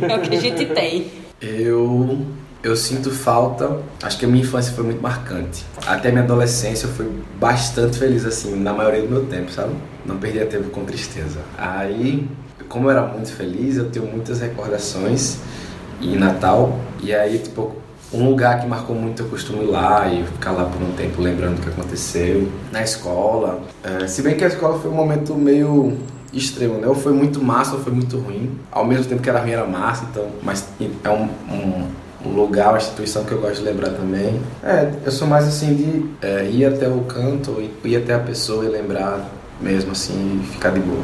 é o que a gente tem.
Eu Eu sinto falta, acho que a minha infância foi muito marcante. Até minha adolescência eu fui bastante feliz, assim, na maioria do meu tempo, sabe? Não perdia tempo com tristeza. Aí, como eu era muito feliz, eu tenho muitas recordações em Natal. E aí, tipo, um lugar que marcou muito, eu costumo ir lá e ficar lá por um tempo lembrando o que aconteceu. Na escola. eh, se bem que a escola foi um momento meio extremo, né? Ou foi muito massa ou foi muito ruim. Ao mesmo tempo que era ruim, era massa, então. Mas é um. um- um lugar, uma instituição que eu gosto de lembrar também. É, eu sou mais assim de eh, ir até o canto, ir- ir até a pessoa e lembrar mesmo assim, e ficar de boa.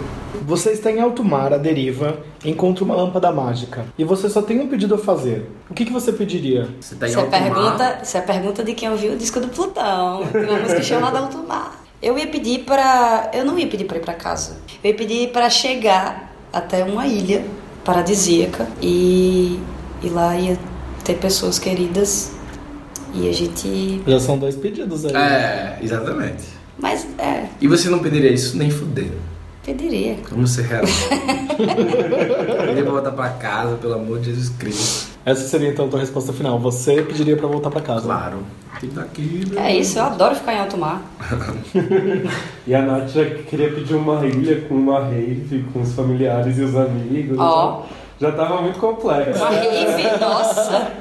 Você está em alto mar, à deriva, encontra uma lâmpada mágica e você só tem um pedido a fazer. O que, que você pediria?
Você tá em
Isso é,
alto mar.
pergunta, isso é pergunta de quem ouviu o disco do Plutão. Tem uma música chamada Alto Mar. Eu ia pedir pra. Eu não ia pedir pra ir pra casa. Eu ia pedir pra chegar até uma ilha paradisíaca e, e lá ia ter pessoas queridas e a gente.
Já são dois pedidos aí.
É, exatamente.
Mas é,
E você não pediria isso nem fudendo.
pediria.
Vamos ser real. Ele voltar pra casa, pelo amor de Jesus Cristo.
Essa seria então a tua resposta final. Você pediria pra voltar pra casa.
Claro. Tem que tá aqui, né?
É isso, eu adoro ficar em alto mar.
E a Nath já queria pedir uma ilha com uma rave, com os familiares e os amigos.
Ó.
Já tava muito complexo.
Uma rave, nossa!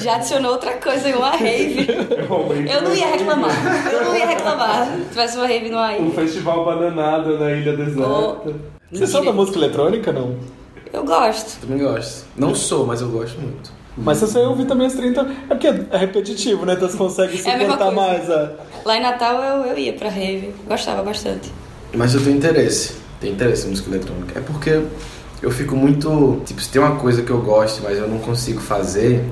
Já adicionou outra coisa em uma rave.
Realmente,
(laughs) Eu não ia
né?
reclamar. Eu não ia reclamar. Se tivesse uma rave numa
Um
ilha.
festival bananada na ilha deserta.
Oh.
Você sabe da
Mentira.
música eletrônica, não?
Eu gosto.
Também gosto. Não sou, mas eu gosto muito.
Mas se você ouvir também as 30. É porque é repetitivo, né? Então você consegue
É a mesma
suportar
coisa.
mais a.
Lá em Natal eu, eu ia pra rave. Gostava bastante.
Mas eu tenho interesse. Tenho interesse em música eletrônica. É porque eu fico muito. Tipo, se tem uma coisa que eu gosto, mas eu não consigo fazer,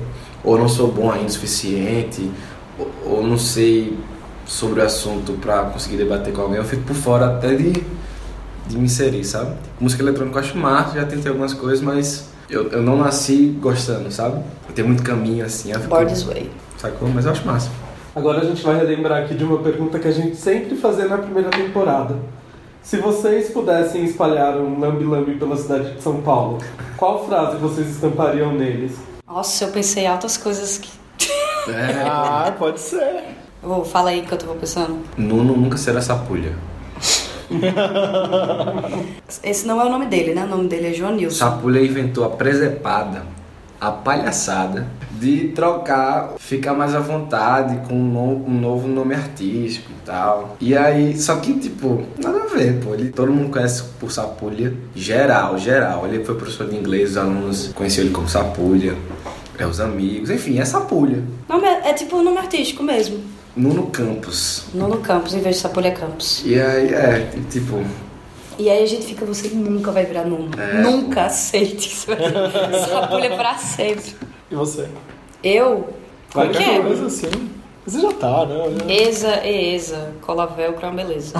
ou não sou bom ainda o suficiente, ou, ou não sei sobre o assunto pra conseguir debater com alguém, eu fico por fora até de, de me inserir, sabe? Música eletrônica eu acho massa, já tentei algumas coisas, mas eu, eu não nasci gostando, sabe? Eu tenho muito caminho assim, eu fico,
Born This Way.
sacou? Mas eu acho massa.
Agora a gente vai relembrar aqui de uma pergunta que a gente sempre fazia na primeira temporada. Se vocês pudessem espalhar um lambi-lambi pela cidade de São Paulo, qual frase vocês estampariam neles?
Nossa, eu pensei em altas coisas que.
É.
Ah, pode ser.
Eu vou, fala aí enquanto eu vou pensando.
Nuno nunca será sapulha.
Esse não é o nome dele, né? O nome dele é João Nilson.
Sapulha inventou a presepada, a palhaçada de trocar, ficar mais à vontade com um no- um novo, nome artístico e tal. E aí, só que tipo, nada a ver, pô. Ele, todo mundo conhece por Sapulha, geral, geral. Ele foi professor de inglês, os alunos conheciam ele como Sapulha, é os amigos, enfim, é Sapulha.
Nome é, é tipo um nome artístico mesmo.
Nuno Campos.
Nuno Campos, em vez de Sapolha Campos.
E aí, é, tipo,
E aí a gente fica, você nunca vai virar Nuno.
É.
Nunca aceite isso. Sapolha pra sempre.
E você?
Eu? Como que
Qualquer
é?
coisa assim. Você já tá, né?
Eza, Eeza, Colavel, Crambeleza.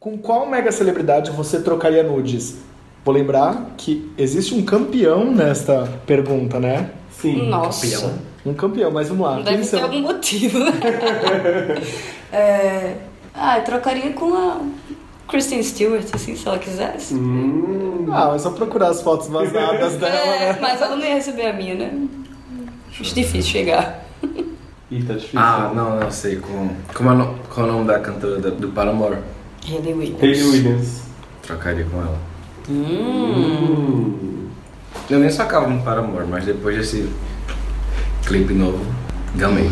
Com qual mega celebridade você trocaria nudes? Vou lembrar que existe um campeão nesta pergunta, né?
Sim.
Nossa.
Um campeão, mas vamos lá.
Não
Quem
deve ter
são?
algum motivo. (laughs) é... Ah, eu trocaria com a Kristen Stewart, assim, se ela quisesse.
Hum,
Ah, é só procurar as fotos (laughs) vazadas dela,
É,
né?
mas ela não ia receber a minha, né? Acho difícil chegar.
Ih, tá difícil.
Ah, não, não sei como. Como é o no- qual é o nome da cantora da- do Paramore?
Hayley Williams.
Hayley Williams.
Trocaria com ela.
Hum.
Hum.
Eu nem sacava no Paramore, mas depois desse clipe novo, gamei.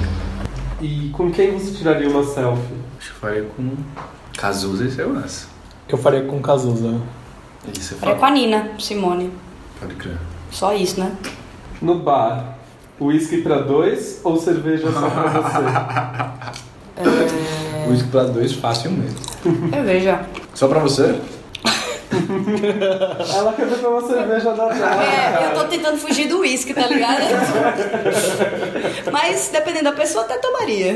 E com quem você tiraria uma selfie?
Acho que faria com Cazuza e Segurança.
Eu faria com Cazuza.
Isso eu
Era
falo.
com a Nina, Simone.
Pode crer.
Só isso, né?
No bar, uísque pra dois ou cerveja só pra você?
(laughs)
Música pra dois, fácil mesmo.
Eu vejo. ó.
Só pra você?
Ela quer beber uma cerveja da tarde.
É, eu tô tentando fugir do uísque, tá ligado? Mas dependendo da pessoa, até tomaria.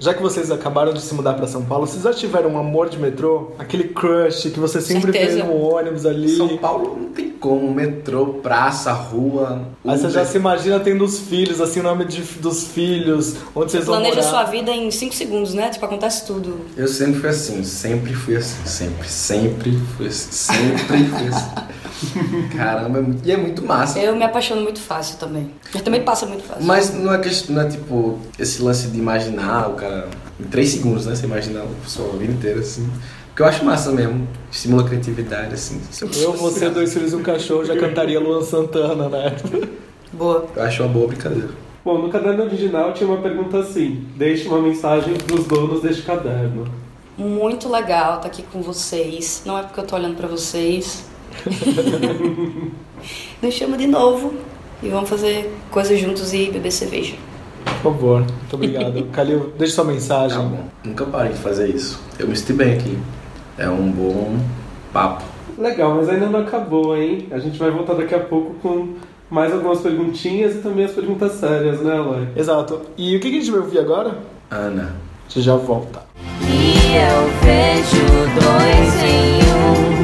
Já que vocês acabaram de se mudar pra São Paulo, vocês já tiveram um amor de metrô? Aquele crush que você sempre
Certeza.
fez no ônibus ali?
São Paulo não tem como. Metrô, praça, rua.
Aí você
Uber.
já se imagina tendo os filhos, assim, o nome de- dos filhos, onde vocês vão
Planeja
morar.
sua vida em 5 segundos, né? Tipo, acontece tudo.
Eu sempre fui assim, sempre fui assim, sempre, sempre fui assim, sempre fui assim.
(laughs)
Caramba, é muito- e é muito massa.
Eu me apaixono muito fácil também. Mas também passa muito fácil.
Mas não é, questão, não é tipo esse lance de imaginar o cara em três segundos, né? Você imagina o pessoal a vida inteira assim. Porque eu acho massa mesmo. Estimula a criatividade, assim. Se eu fosse
Eu, você, dois filhos e um cachorro já cantaria Luan Santana, né?
Boa.
Eu acho uma boa brincadeira.
Bom, no caderno original tinha uma pergunta assim: deixe uma mensagem pros donos deste caderno.
Muito legal estar aqui com vocês. Não é porque eu tô olhando pra (laughs) vocês. Nos chama de novo e vamos fazer coisas juntos e beber cerveja.
Por favor, muito obrigado. Calil, deixa sua mensagem.
Tá bom. Nunca parem de fazer isso. Eu me senti bem aqui. É um bom papo.
Legal, mas ainda não acabou, hein? A gente vai voltar daqui a pouco com mais algumas perguntinhas e também as perguntas sérias, né, Eloy?
Exato. E o que que a gente vai ouvir agora?
Ana.
A gente já volta.
E eu vejo dois em um.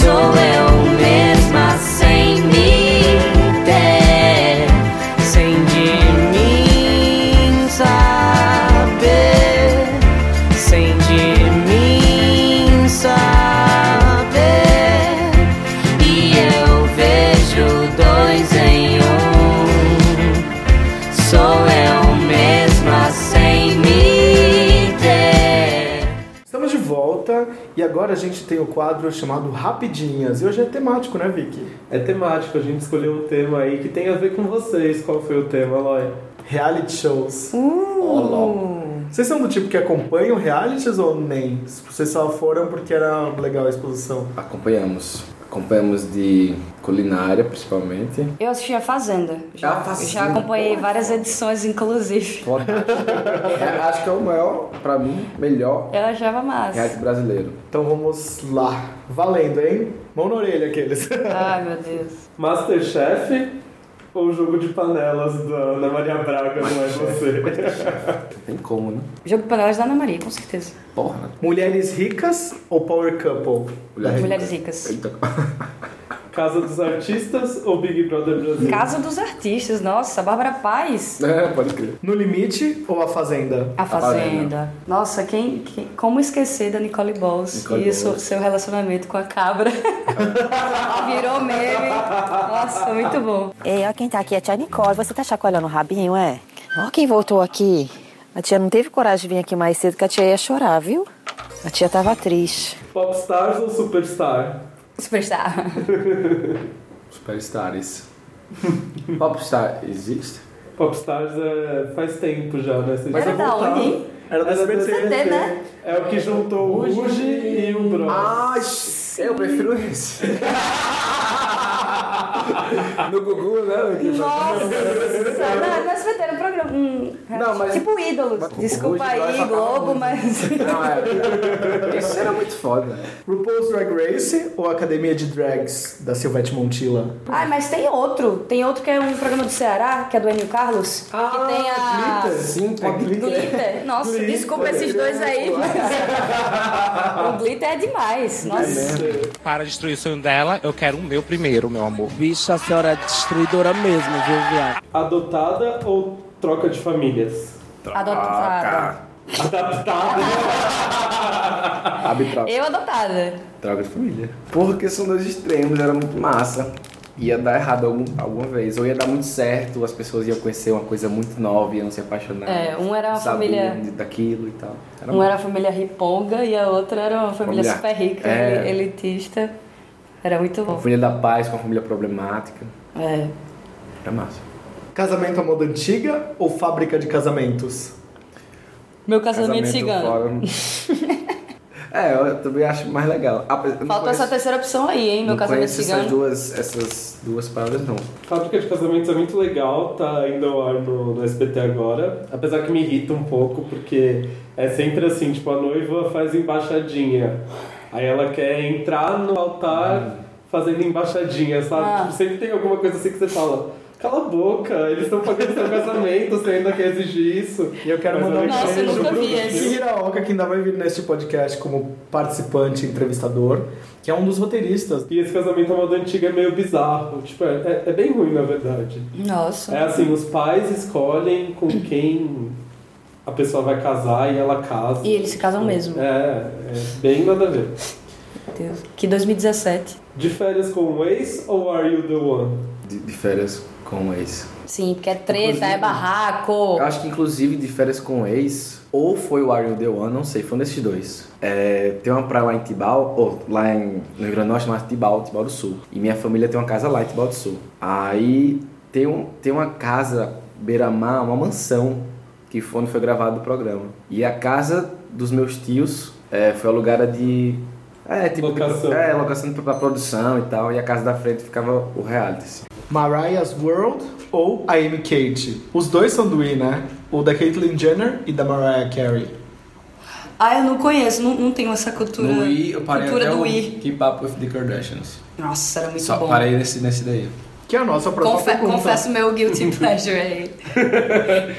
Sou eu mesma sem me ter, sem de mim saber, sem de mim saber. E eu vejo dois em um. Sou eu mesma sem me ter.
Estamos de volta e agora a gente tem o quadro chamado Rapidinhas. E hoje é temático, né, Vicky?
É temático, a gente escolheu um tema aí que tem a ver com vocês. Qual foi o tema, Eloy?
Reality shows.
Uh.
Vocês são do tipo que acompanham realities ou nem? Vocês só foram porque era legal a exposição.
Acompanhamos. Acompanhamos de culinária, principalmente.
Eu assisti a Fazenda. Já,
A Fazenda.
já acompanhei várias edições, inclusive.
(laughs) É, acho que é o maior, pra mim, melhor
Eu achava
reality
massa.
brasileiro.
Então vamos lá. Valendo, hein? Mão na orelha aqueles. (laughs)
É.
Ai, meu Deus.
Masterchef ou jogo de panelas da Ana Maria Braga, não é você?
Não tem como, né?
Jogo de panelas da Ana Maria, com certeza.
Porra.
Mulheres ricas ou power couple?
Mulheres ricas.
Eita.
Casa dos Artistas ou Big Brother Brasil?
Casa dos Artistas, nossa, Bárbara Paz.
É, pode crer.
No limite ou a fazenda?
A
Fazenda.
Fazenda. Nossa, quem, quem- como esquecer da Nicole Balls
Nicole
e o seu-
Balls.
seu relacionamento com a
(laughs)
cabra? Virou meme. Nossa, muito bom.
Ei, ó quem tá aqui, é a tia Nicole. Você tá chacoalhando o rabinho, é? Ó quem voltou aqui. A tia não teve coragem de vir aqui mais cedo, que a tia ia chorar, viu? A tia tava triste.
Popstars ou Superstar?
Superstar.
Superstars. (laughs) Popstar existe?
Popstars é, faz tempo já, né? Vocês
Era
já
da
voltaram.
onde, hein?
Era da SBT.
SBT, né? Ah.
É o que juntou o Ruge e um o Bros.
Ah, eu prefiro esse. (laughs) no Gugu, (laughs) né?
Nossa,
(laughs)
não, não é SBT, era um programa. um-
Não, mas-
Tipo ídolos.
Mas-
Desculpa
Hoje vai
aí,
pra
Globo,
Globo.
mas. (laughs)
Não, é. Isso era muito foda.
RuPaul's Drag Race ou Academia de Drags da Silvete Montilla?
Ai, mas tem outro. Tem outro que é um programa do Ceará, que é do Enio Carlos.
Ah,
que tem a.
Sim,
É glitter.
Glitter. Nossa, desculpa esses dois
(laughs)
aí, (laughs) mas. o glitter é demais. Nossa.
Para a destruição dela, eu quero o meu primeiro, meu amor.
Bicho, a senhora é destruidora mesmo, viu, viado?
Adotada ou troca de famílias?
Ah,
Adotada.
tá. Abre troca.
Eu adotada.
Droga de família. Porque são dois extremos, era muito massa. Ia dar errado algum, alguma vez, ou ia dar muito certo, as pessoas iam conhecer uma coisa muito nova, iam se apaixonar.
É, um era uma
sabiam
família-
de- daquilo e tal. Era
Um era a família riponga e a outra era uma família
Família-
super rica,
é.
el- elitista. Era muito
uma
bom.
família da paz com a família problemática.
É.
Era massa.
Casamento à moda antiga ou fábrica de casamentos?
Meu casamento cigano.
fora-
(laughs)
é, eu também acho mais legal. Apes- eu não
Falta
conheço-
essa terceira opção aí, hein? Meu
não
casamento
conheço essas
cigano.
duas, essas duas palavras, não.
Fábrica de Casamentos é muito legal, tá indo ao ar no, no SBT agora. Apesar que me irrita um pouco, porque é sempre assim, tipo, a noiva faz embaixadinha. Aí ela quer entrar no
Hum.
altar fazendo embaixadinha, sabe?
Ah.
Tipo, sempre tem alguma coisa assim que você fala. Cala a boca, eles estão pagando seu casamento, você ainda quer exigir isso.
E eu quero
Mas
mandar um
Nossa, eu
beijo
nunca
pro
vi esse.
Gui Hiraoka, que ainda vai vir neste podcast como participante e entrevistador, que é um dos roteiristas.
E esse casamento à moda antiga é meio bizarro. Tipo, é, é- é bem ruim, na verdade.
Nossa.
É assim, os pais escolhem com quem a pessoa vai casar e ela casa.
E eles se casam mesmo.
É, é bem nada a ver.
Meu Deus. Que 2017.
De férias com o ex ou Are You The One?
De, de férias com o ex.
Sim, porque é treta, é barraco.
Eu acho que inclusive de férias com o ex, ou foi o Ariel The One, não sei, foi um desses dois. É, tem uma praia lá em Tibau, ou lá em, no Rio Grande do Norte, chamada Tibau, Tibau do Sul. E minha família tem uma casa lá em Tibau do Sul. Aí tem, um, tem uma casa beira-mar, uma mansão, que foi onde foi gravado o programa. E a casa dos meus tios é, foi alugada de é, tipo,
Locação.
é, locação pra produção e tal, e a casa da frente ficava o reality. assim.
Mariah's World ou a Amy Kate? Os dois são do I, né? O da Caitlyn Jenner e da Mariah Carey.
Ah, eu não conheço, não, não tenho essa cultura.
No I, eu parei
cultura
até
do
o
I.
Keep Up With The Kardashians.
Nossa, era muito
Só
bom.
parei nesse, nesse daí.
Que é a nossa próxima
Confe
pergunta.
confesso meu guilty
(laughs)
pleasure aí.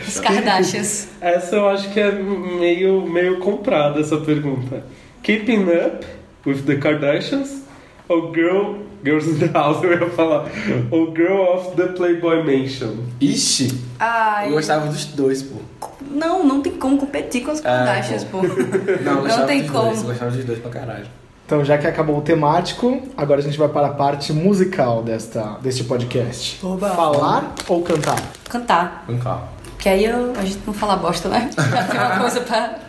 Os Kardashians.
Essa eu acho que é meio, meio comprada essa pergunta. Keeping up with the Kardashians ou Girl. Girls in the House, eu ia falar. Ou Girl of the Playboy Mansion.
Ixi,
Ai,
eu gostava dos dois, pô.
não, não tem como competir com os Kardashians, pô.
(laughs) Não, eu gostava
tem
dos
como.
Dois, eu gostava dos dois pra caralho.
Então, já que acabou o temático, agora a gente vai para a parte musical desta, deste podcast.
Oba.
Falar ou cantar?
Cantar.
Vem cá.
Que aí eu- a gente não fala bosta, né? Já tem uma coisa pra,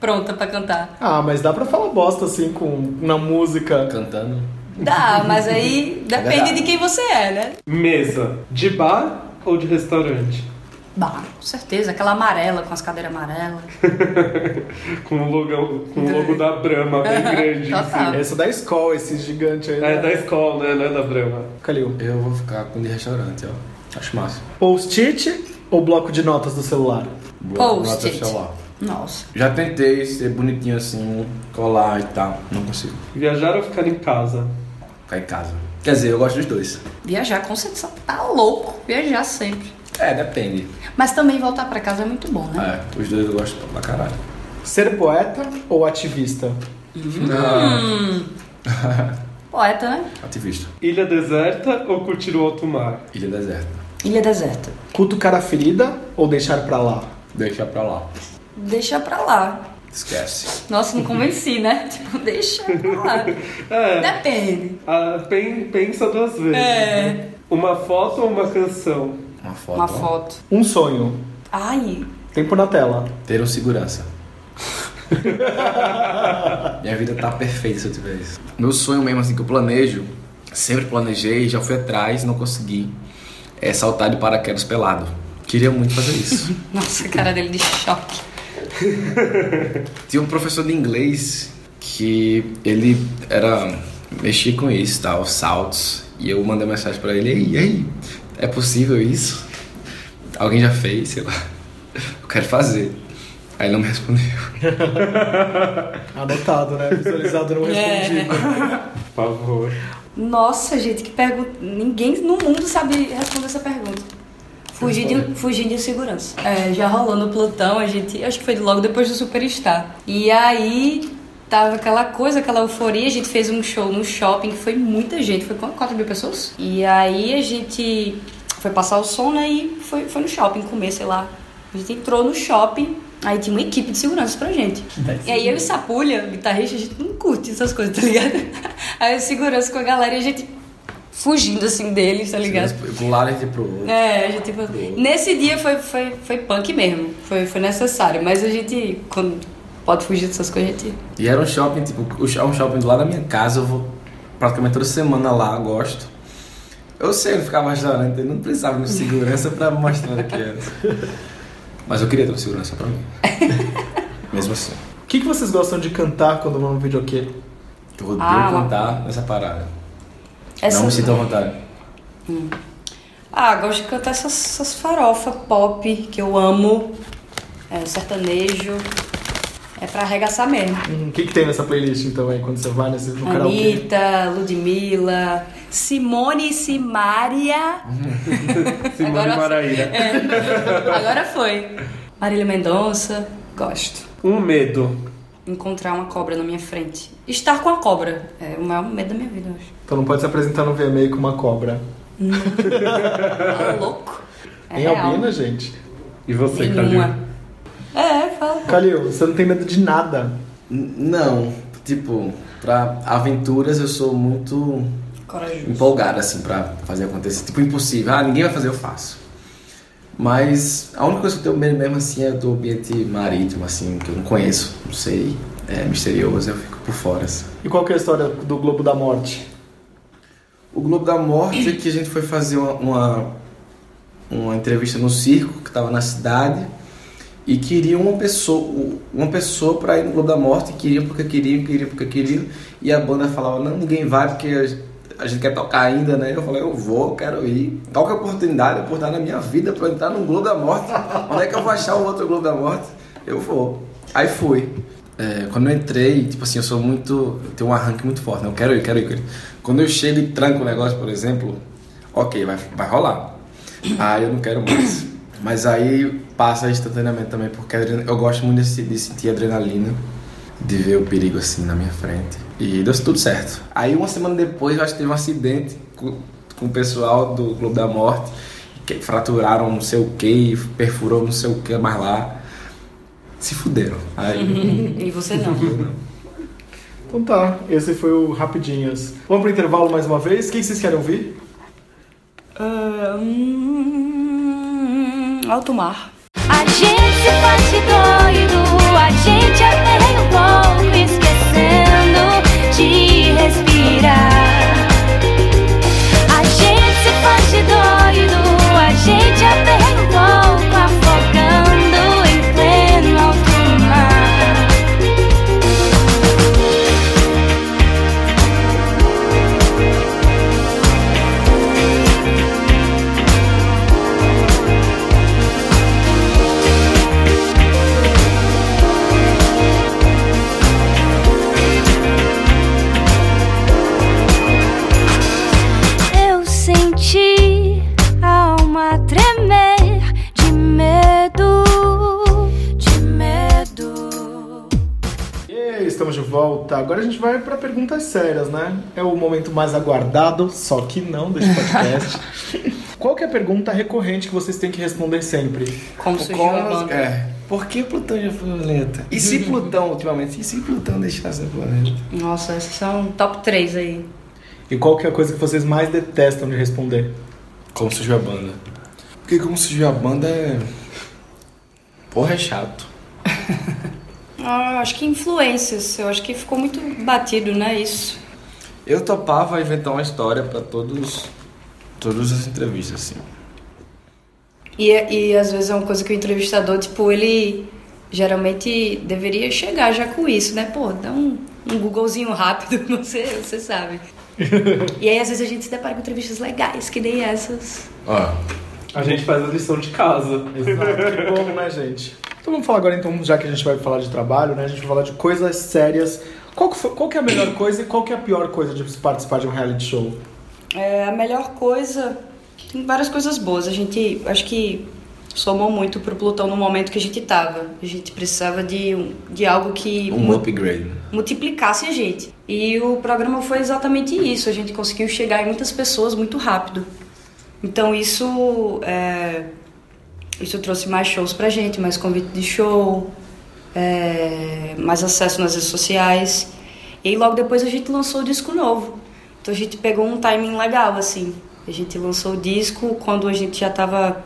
pronta pra cantar.
Ah, mas dá pra falar bosta assim com na música.
Cantando.
Dá, mas aí depende
verdade.
de quem você é, né?
Mesa. De bar ou de restaurante?
Bah, com certeza. Aquela amarela, com as cadeiras amarelas.
Com o logo, com o logo da Brahma bem grande. em cima.
Total.
Ah, Essa da escola, esse gigante aí.
É
né?
da escola, né? Não é da Brahma.
Calil.
Eu vou ficar com de restaurante, ó. Acho massa.
Post-it ou bloco de notas do celular?
Boa,
Post-it.
nota, sei lá.
Nossa.
Já tentei ser bonitinho assim, colar e tal. Não consigo.
Viajar ou ficar em casa?
Ficar em casa. Quer dizer, eu gosto dos dois.
Viajar, com certeza. Tá louco. Viajar sempre.
É, depende.
Mas também voltar pra casa é muito bom, né?
É, os dois eu gosto pra caralho.
Ser poeta ou ativista?
Não,
Poeta, né?
ativista.
Ilha deserta ou curtir o alto mar?
Ilha deserta.
Ilha deserta.
Cutucar a ferida ou deixar pra lá?
Deixa pra lá.
Deixa pra lá.
Esquece.
Nossa, não convenci, né? Tipo, deixa pra lá.
É,
Depende.
ah, pen- pensa duas vezes.
É.
Uma foto ou uma canção?
Uma foto.
Uma
ó.
foto.
Um sonho.
Ai,
Tempo na tela.
Ter um segurança. (laughs) Minha vida tá perfeita se eu tiver isso. Meu sonho mesmo, assim, que eu planejo, sempre planejei, já fui atrás, não consegui, é saltar de paraquedas pelado. Queria muito fazer isso.
nossa, a cara dele de choque.
Tinha um professor de inglês que ele era mexia com isso, tal, saltos. E eu mandei mensagem pra ele, ei, ei, é possível isso? Alguém já fez, sei lá. Eu quero fazer. Aí ele não me respondeu.
Anotado, né? Visualizado (laughs) não respondido.
Por favor.
Nossa, gente, que pergunta. Ninguém no mundo sabe responder essa pergunta. Fugir de, fugir de insegurança. É, já rolou no plantão, a gente. Acho que foi logo depois do Superstar. E aí tava aquela coisa, aquela euforia. A gente fez um show no shopping que foi muita gente, foi quanto? 4 mil pessoas? E aí a gente foi passar o som, né? E foi, foi no shopping comer, sei lá. A gente entrou no shopping. Aí tinha uma equipe de segurança pra gente. E aí eu e Sapulha, guitarrista, a gente não curte essas coisas, tá ligado? (laughs) Aí o segurança com a galera e a gente fugindo assim deles, tá ligado?
Pularam de um pro outro.
É, a gente tipo, Nesse dia foi, foi, foi punk mesmo. Foi, foi necessário. Mas a gente, quando pode fugir dessas coisas, a gente.
E era um shopping, tipo, o sho- um shopping do lado da minha casa, eu vou praticamente toda semana lá, gosto. Eu sei onde ficava restaurante, eu não precisava de um segurança pra mostrar o que
(laughs)
era. Mas eu queria ter um segurança pra mim. Mesmo assim.
O que, que vocês gostam de cantar quando vão no videokê?
Eu odeio
Ah, mas-
cantar nessa parada.
Essa...
Não me sinto à vontade.
é Ah, gosto de cantar essas, essas farofa pop que eu amo. É, sertanejo. É pra arregaçar mesmo.
Hum, O que, que tem nessa playlist então aí quando você vai nesse, no karaokê?
Anitta, Ludmilla, Simone
(laughs)
e Simaria.
Simone
Agora-
Maraíra.
É, agora foi. Marília Mendonça, gosto.
Um medo.
Encontrar uma cobra na minha frente. Estar com a cobra é o maior medo da minha vida, eu acho.
Então não pode se apresentar no VMA com uma cobra.
Tá louco? É
em
real.
Albina, tá gente.
E você, Calil?
Nenhuma. É, fala.
Calil, você não tem medo de nada.
N- Não, Tipo, pra aventuras eu sou muito
Corajoso.
empolgado, assim, pra fazer acontecer. Tipo, impossível. Ah, ninguém vai fazer, eu faço. Mas a única coisa que eu tenho medo mesmo, assim, é do ambiente marítimo, assim, que eu não conheço. Não sei, é misterioso, eu fico por fora, assim.
E qual que é a história do Globo da Morte?
O Globo da Morte é que a gente foi fazer uma, uma, uma entrevista no circo que estava na cidade e queria uma pessoa um, uma pessoa para ir no Globo da Morte, queriam porque queriam, queriam porque queriam, e a banda falava, não, ninguém vai porque a- a gente quer tocar ainda, né? Eu falei, eu vou, eu quero ir. Qual que é a oportunidade, a oportunidade na minha vida para entrar no Globo da Morte? Onde é que eu vou achar o outro Globo da Morte? Eu vou. Aí fui. É, quando eu entrei, tipo assim, eu sou muito. Eu tenho um arranque muito forte, né? Eu quero ir, quero ir, quero ir. Quando eu chego e tranco o negócio, por exemplo, ok, vai, vai rolar. Aí Ah, eu não quero mais. Mas aí passa instantaneamente também, porque a adrena- eu gosto muito de, de sentir adrenalina, de ver o perigo assim na minha frente. E deu tudo certo. Aí uma semana depois eu acho que teve um acidente com, com o pessoal do Clube da Morte, que fraturaram não sei o que, perfurou não sei o que mais lá. Se fuderam. Aí.
e você não.
Então tá, esse foi o Rapidinhas. Vamos pro intervalo mais uma vez? O que que vocês querem ouvir?
Ah, hum, alto mar.
A gente se faz de doido, a gente aperreia um pouco, esquecendo de respirar. A gente se faz de doido, a gente aperreia um pouco, afogando em pleno alto mar. Eu senti a alma tremer de medo, de medo.
E aí, estamos de volta. Agora a gente vai pra perguntas sérias, né? É o momento mais aguardado, só que não deste podcast.
(laughs)
Qual que é a pergunta recorrente que vocês têm que responder sempre?
Como surgiu a banda?
É. Por que Plutão já foi um planeta? E se Plutão, ultimamente, e se Plutão deixasse o planeta?
Nossa, esses são top 3 aí.
E qual que é a coisa que vocês mais detestam de responder?
Como surgiu a banda? Porque como surgiu a banda é. Porra, é chato.
Ah, eu acho que influências. Eu acho que ficou muito batido, né? Isso.
Eu topava inventar uma história pra todos. Todas as entrevistas, assim.
E, e às vezes é uma coisa que o entrevistador, tipo, ele geralmente deveria chegar já com isso, né? Pô, dá um, um Googlezinho rápido, (laughs) você,
(laughs)
você sabe. e aí às vezes a gente se depara com entrevistas legais, que nem essas.
Ó.
A gente faz a lição de casa.
Que bom, né, gente? Então vamos falar agora, então, já que a gente vai falar de trabalho, né? A gente vai falar de coisas sérias. Qual que, foi- qual que é a melhor coisa e qual que é a pior coisa de participar de um reality show?
É, a melhor coisa. Tem várias coisas boas. A gente acho que somou muito pro Plutão no momento que a gente tava. A gente precisava de, um- de algo que
Um upgrade.
multiplicasse a gente. E o programa foi exatamente isso. A gente conseguiu chegar em muitas pessoas muito rápido. Então isso é, isso trouxe mais shows pra gente, mais convite de show, é, mais acesso nas redes sociais. E aí logo depois a gente lançou o disco novo. Então a gente pegou um timing legal, assim. A gente lançou o disco quando a gente já tava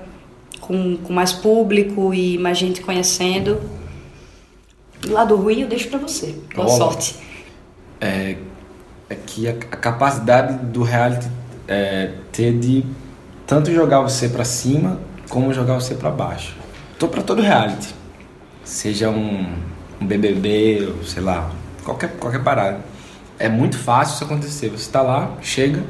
com, com mais público e mais gente conhecendo. Lá do ruim eu deixo pra você. Boa
Rola.
sorte.
É, é que a, a capacidade do reality é, ter de tanto jogar você pra cima como jogar você pra baixo. Tô pra todo reality. Seja um, um BBB, ou sei lá, qualquer, qualquer parada. É muito fácil isso acontecer. Você tá lá, chega,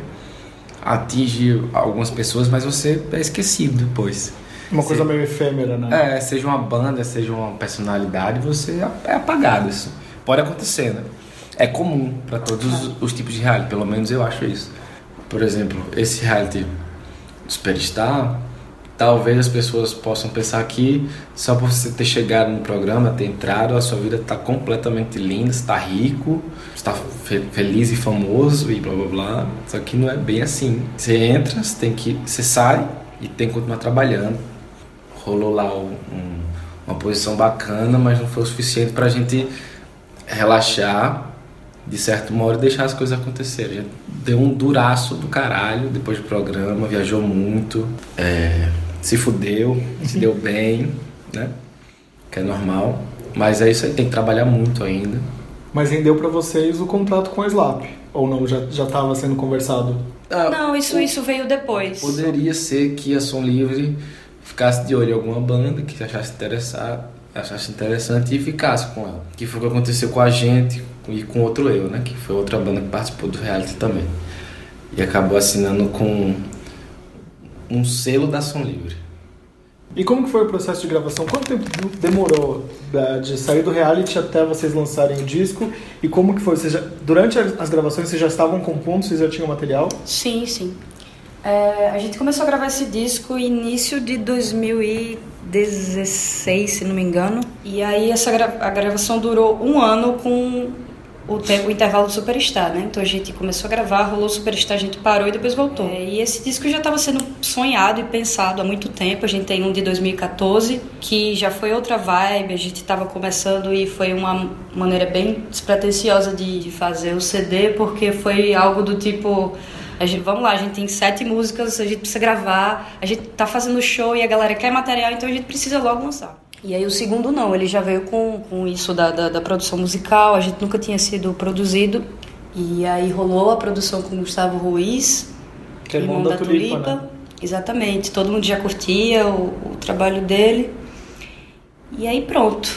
atinge algumas pessoas, mas você é esquecido depois.
Uma coisa
Sim.
meio efêmera, né?
É, seja uma banda, seja uma personalidade, você é apagado isso. Pode acontecer, né? É comum pra todos os, os tipos de reality, pelo menos eu acho isso. Por exemplo, esse reality Superstar, talvez as pessoas possam pensar que só por você ter chegado no programa, ter entrado, a sua vida tá completamente linda, você tá rico, você tá fe- feliz e famoso e blá blá blá. Só que não é bem assim. Você entra, você tem que. Você sai e tem que continuar trabalhando rolou lá um- um- uma posição bacana, mas não foi o suficiente pra gente relaxar de certo modo, e deixar as coisas acontecerem. Já Deu um duraço do caralho depois do programa, viajou muito, é, se fudeu, se deu bem, né? Que é normal. Mas é isso aí, tem que trabalhar muito ainda.
Mas rendeu pra vocês o contrato com a Slap. Ou não, já, já tava sendo conversado.
Não, isso, isso veio depois.
Poderia ser que a Som Livre ficasse de olho em alguma banda que achasse interessar, achasse interessante e ficasse com ela. Que foi o que aconteceu com a gente e com outro eu, né? Que foi outra banda que participou do reality também. E acabou assinando com um selo da Som Livre.
E como que foi o processo de gravação? Quanto tempo demorou da- de sair do reality até vocês lançarem o disco? E como que foi? Vocês já- durante as as gravações vocês já estavam compondo, vocês já tinham material?
Sim, sim. É, a gente começou a gravar esse disco início de 2016, se não me engano. E aí essa gra- a gravação durou um ano com o, te- o intervalo do Superstar, né? Então a gente começou a gravar, rolou o Superstar, a gente parou e depois voltou. É, e esse disco já estava sendo sonhado e pensado há muito tempo. A gente tem um de 2014, que já foi outra vibe, a gente estava começando e foi uma maneira bem despretensiosa de, de fazer o CD, porque foi algo do tipo. A gente, vamos lá, a gente tem sete músicas, a gente precisa gravar, a gente tá fazendo show e a galera quer material, então a gente precisa logo lançar. E aí o segundo não, ele já veio com, com isso da, da, da produção musical, a gente nunca tinha sido produzido. E aí rolou a produção com o Gustavo Ruiz,
Que é irmão da Tulipa, né?
Exatamente, todo mundo já curtia o, o trabalho dele. E aí pronto,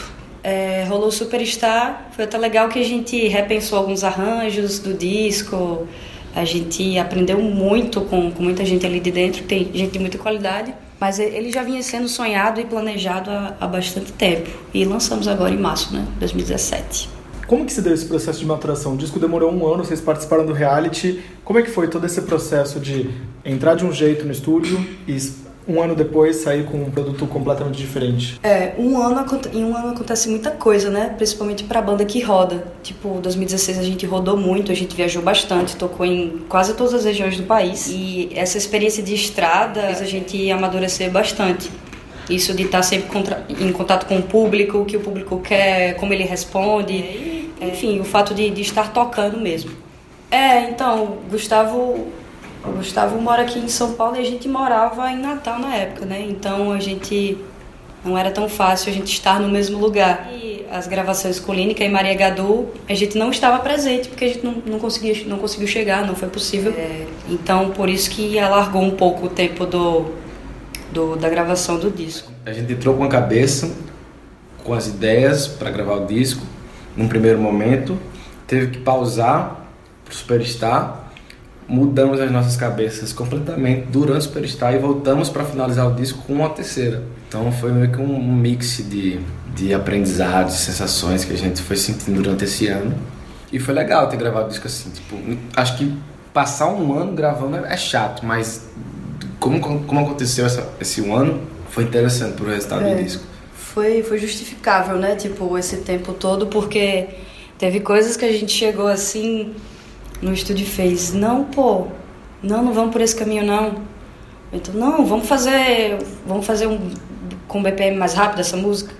É, rolou o Superstar, foi até legal que a gente repensou alguns arranjos do disco, a gente aprendeu muito com, com muita gente ali de dentro, tem gente de muita qualidade, mas e- ele já vinha sendo sonhado e planejado há, há bastante tempo. E lançamos agora em março, né? 2017.
Como que se deu esse processo de maturação? O disco demorou um ano, vocês participaram do reality. Como é que foi todo esse processo de entrar de um jeito no estúdio e s- um ano depois sair com um produto completamente diferente?
É, um ano, aconte- em um ano acontece muita coisa, né? Principalmente pra banda que roda. Tipo, 2016 a gente rodou muito, a gente viajou bastante, tocou em quase todas as regiões do país. E essa experiência de estrada fez a gente amadurecer bastante. Isso de estar sempre contra- em contato com o público, o que o público quer, como ele responde. Enfim, o fato de, de estar tocando mesmo. É, então, Gustavo o Gustavo mora aqui em São Paulo e a gente morava em Natal na época, né? Então a gente não era tão fácil a gente estar no mesmo lugar. E as gravações com Línica e Maria Gadu, a gente não estava presente porque a gente não, não, conseguia, não conseguiu chegar, não foi possível. Então por isso que alargou um pouco o tempo do, do- da gravação do disco.
A gente entrou com a cabeça, com as ideias para gravar o disco, num primeiro momento. Teve que pausar pro Superstar. Mudamos as nossas cabeças completamente durante o Superstar e voltamos para finalizar o disco com uma terceira. Então foi meio que um mix de, de aprendizados, sensações que a gente foi sentindo durante esse ano. E foi legal ter gravado o disco assim. Tipo, acho que passar um ano gravando é é chato, mas como, como aconteceu essa- esse um ano, foi interessante pro resultado
É.
do disco.
Foi, foi justificável, né? Tipo, esse tempo todo, porque teve coisas que a gente chegou assim no estúdio e fez, não, pô, não, não vamos por esse caminho não. Então, não, vamos fazer, vamos fazer um com BPM mais rápido essa música.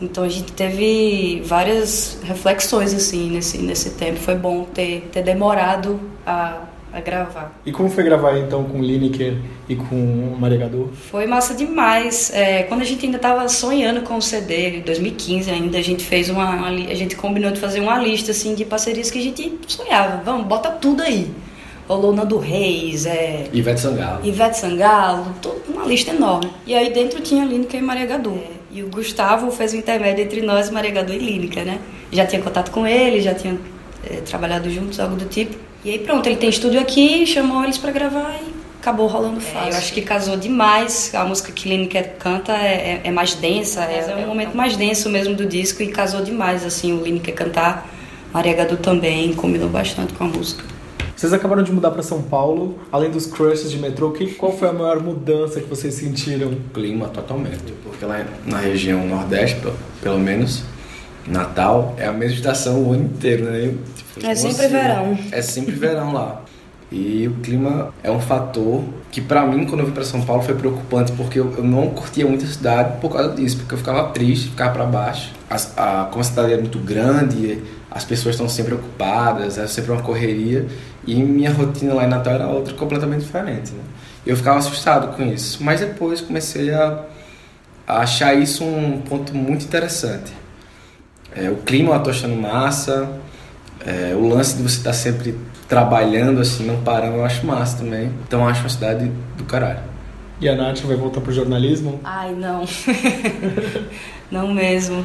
Então a gente teve várias reflexões assim nesse nesse tempo. Foi bom ter ter demorado a, a gravar.
E como foi gravar então com Lineker e com Maria Gadu?
Foi massa demais. É, quando a gente ainda estava sonhando com o CD, em 2015 ainda, a gente fez uma, uma li- a gente combinou de fazer uma lista assim de parcerias que a gente sonhava. Vamos, bota tudo aí. Rolou Nando Reis, é,
Ivete Sangalo.
Ivete Sangalo, to- uma lista enorme. E aí dentro tinha Línica e Maria Gadu. E o Gustavo fez o intermédio entre nós, Maria Gadu e Línica, né? Já tinha contato com ele, já tinha é, trabalhado juntos, algo do tipo. E aí pronto, ele tem estúdio aqui, chamou eles pra gravar e acabou rolando fácil. É, eu acho que casou demais. A música que Línica canta é, é- é mais densa, é, é um momento mais denso mesmo do disco e casou demais, assim, o Línica cantar. Maria Gadu também combinou bastante com a música.
Vocês acabaram de mudar pra São Paulo, além dos crushes de metrô, que, qual foi a maior mudança que vocês sentiram?
Clima totalmente, porque lá na região nordeste, pelo- pelo menos, Natal é a mesma estação o ano inteiro, né? Tipo,
É sempre
assim,
verão.
É sempre verão lá. E o clima é um fator que para mim, quando eu vim para São Paulo, foi preocupante, porque eu, eu não curtia muito a cidade por causa disso, porque eu ficava triste, ficava para baixo. As- a, como a cidade é muito grande, as pessoas estão sempre ocupadas, é sempre uma correria, e minha rotina lá em Natal era outra, completamente diferente. Né? Eu ficava assustado com isso, mas depois comecei a, a achar isso um ponto muito interessante. É, o clima eu tô achando massa, é, o lance de você estar sempre trabalhando, assim, não parando, eu acho massa também. Então eu acho uma cidade do caralho.
E a Nath vai voltar pro jornalismo?
Ai, não. (laughs) não mesmo.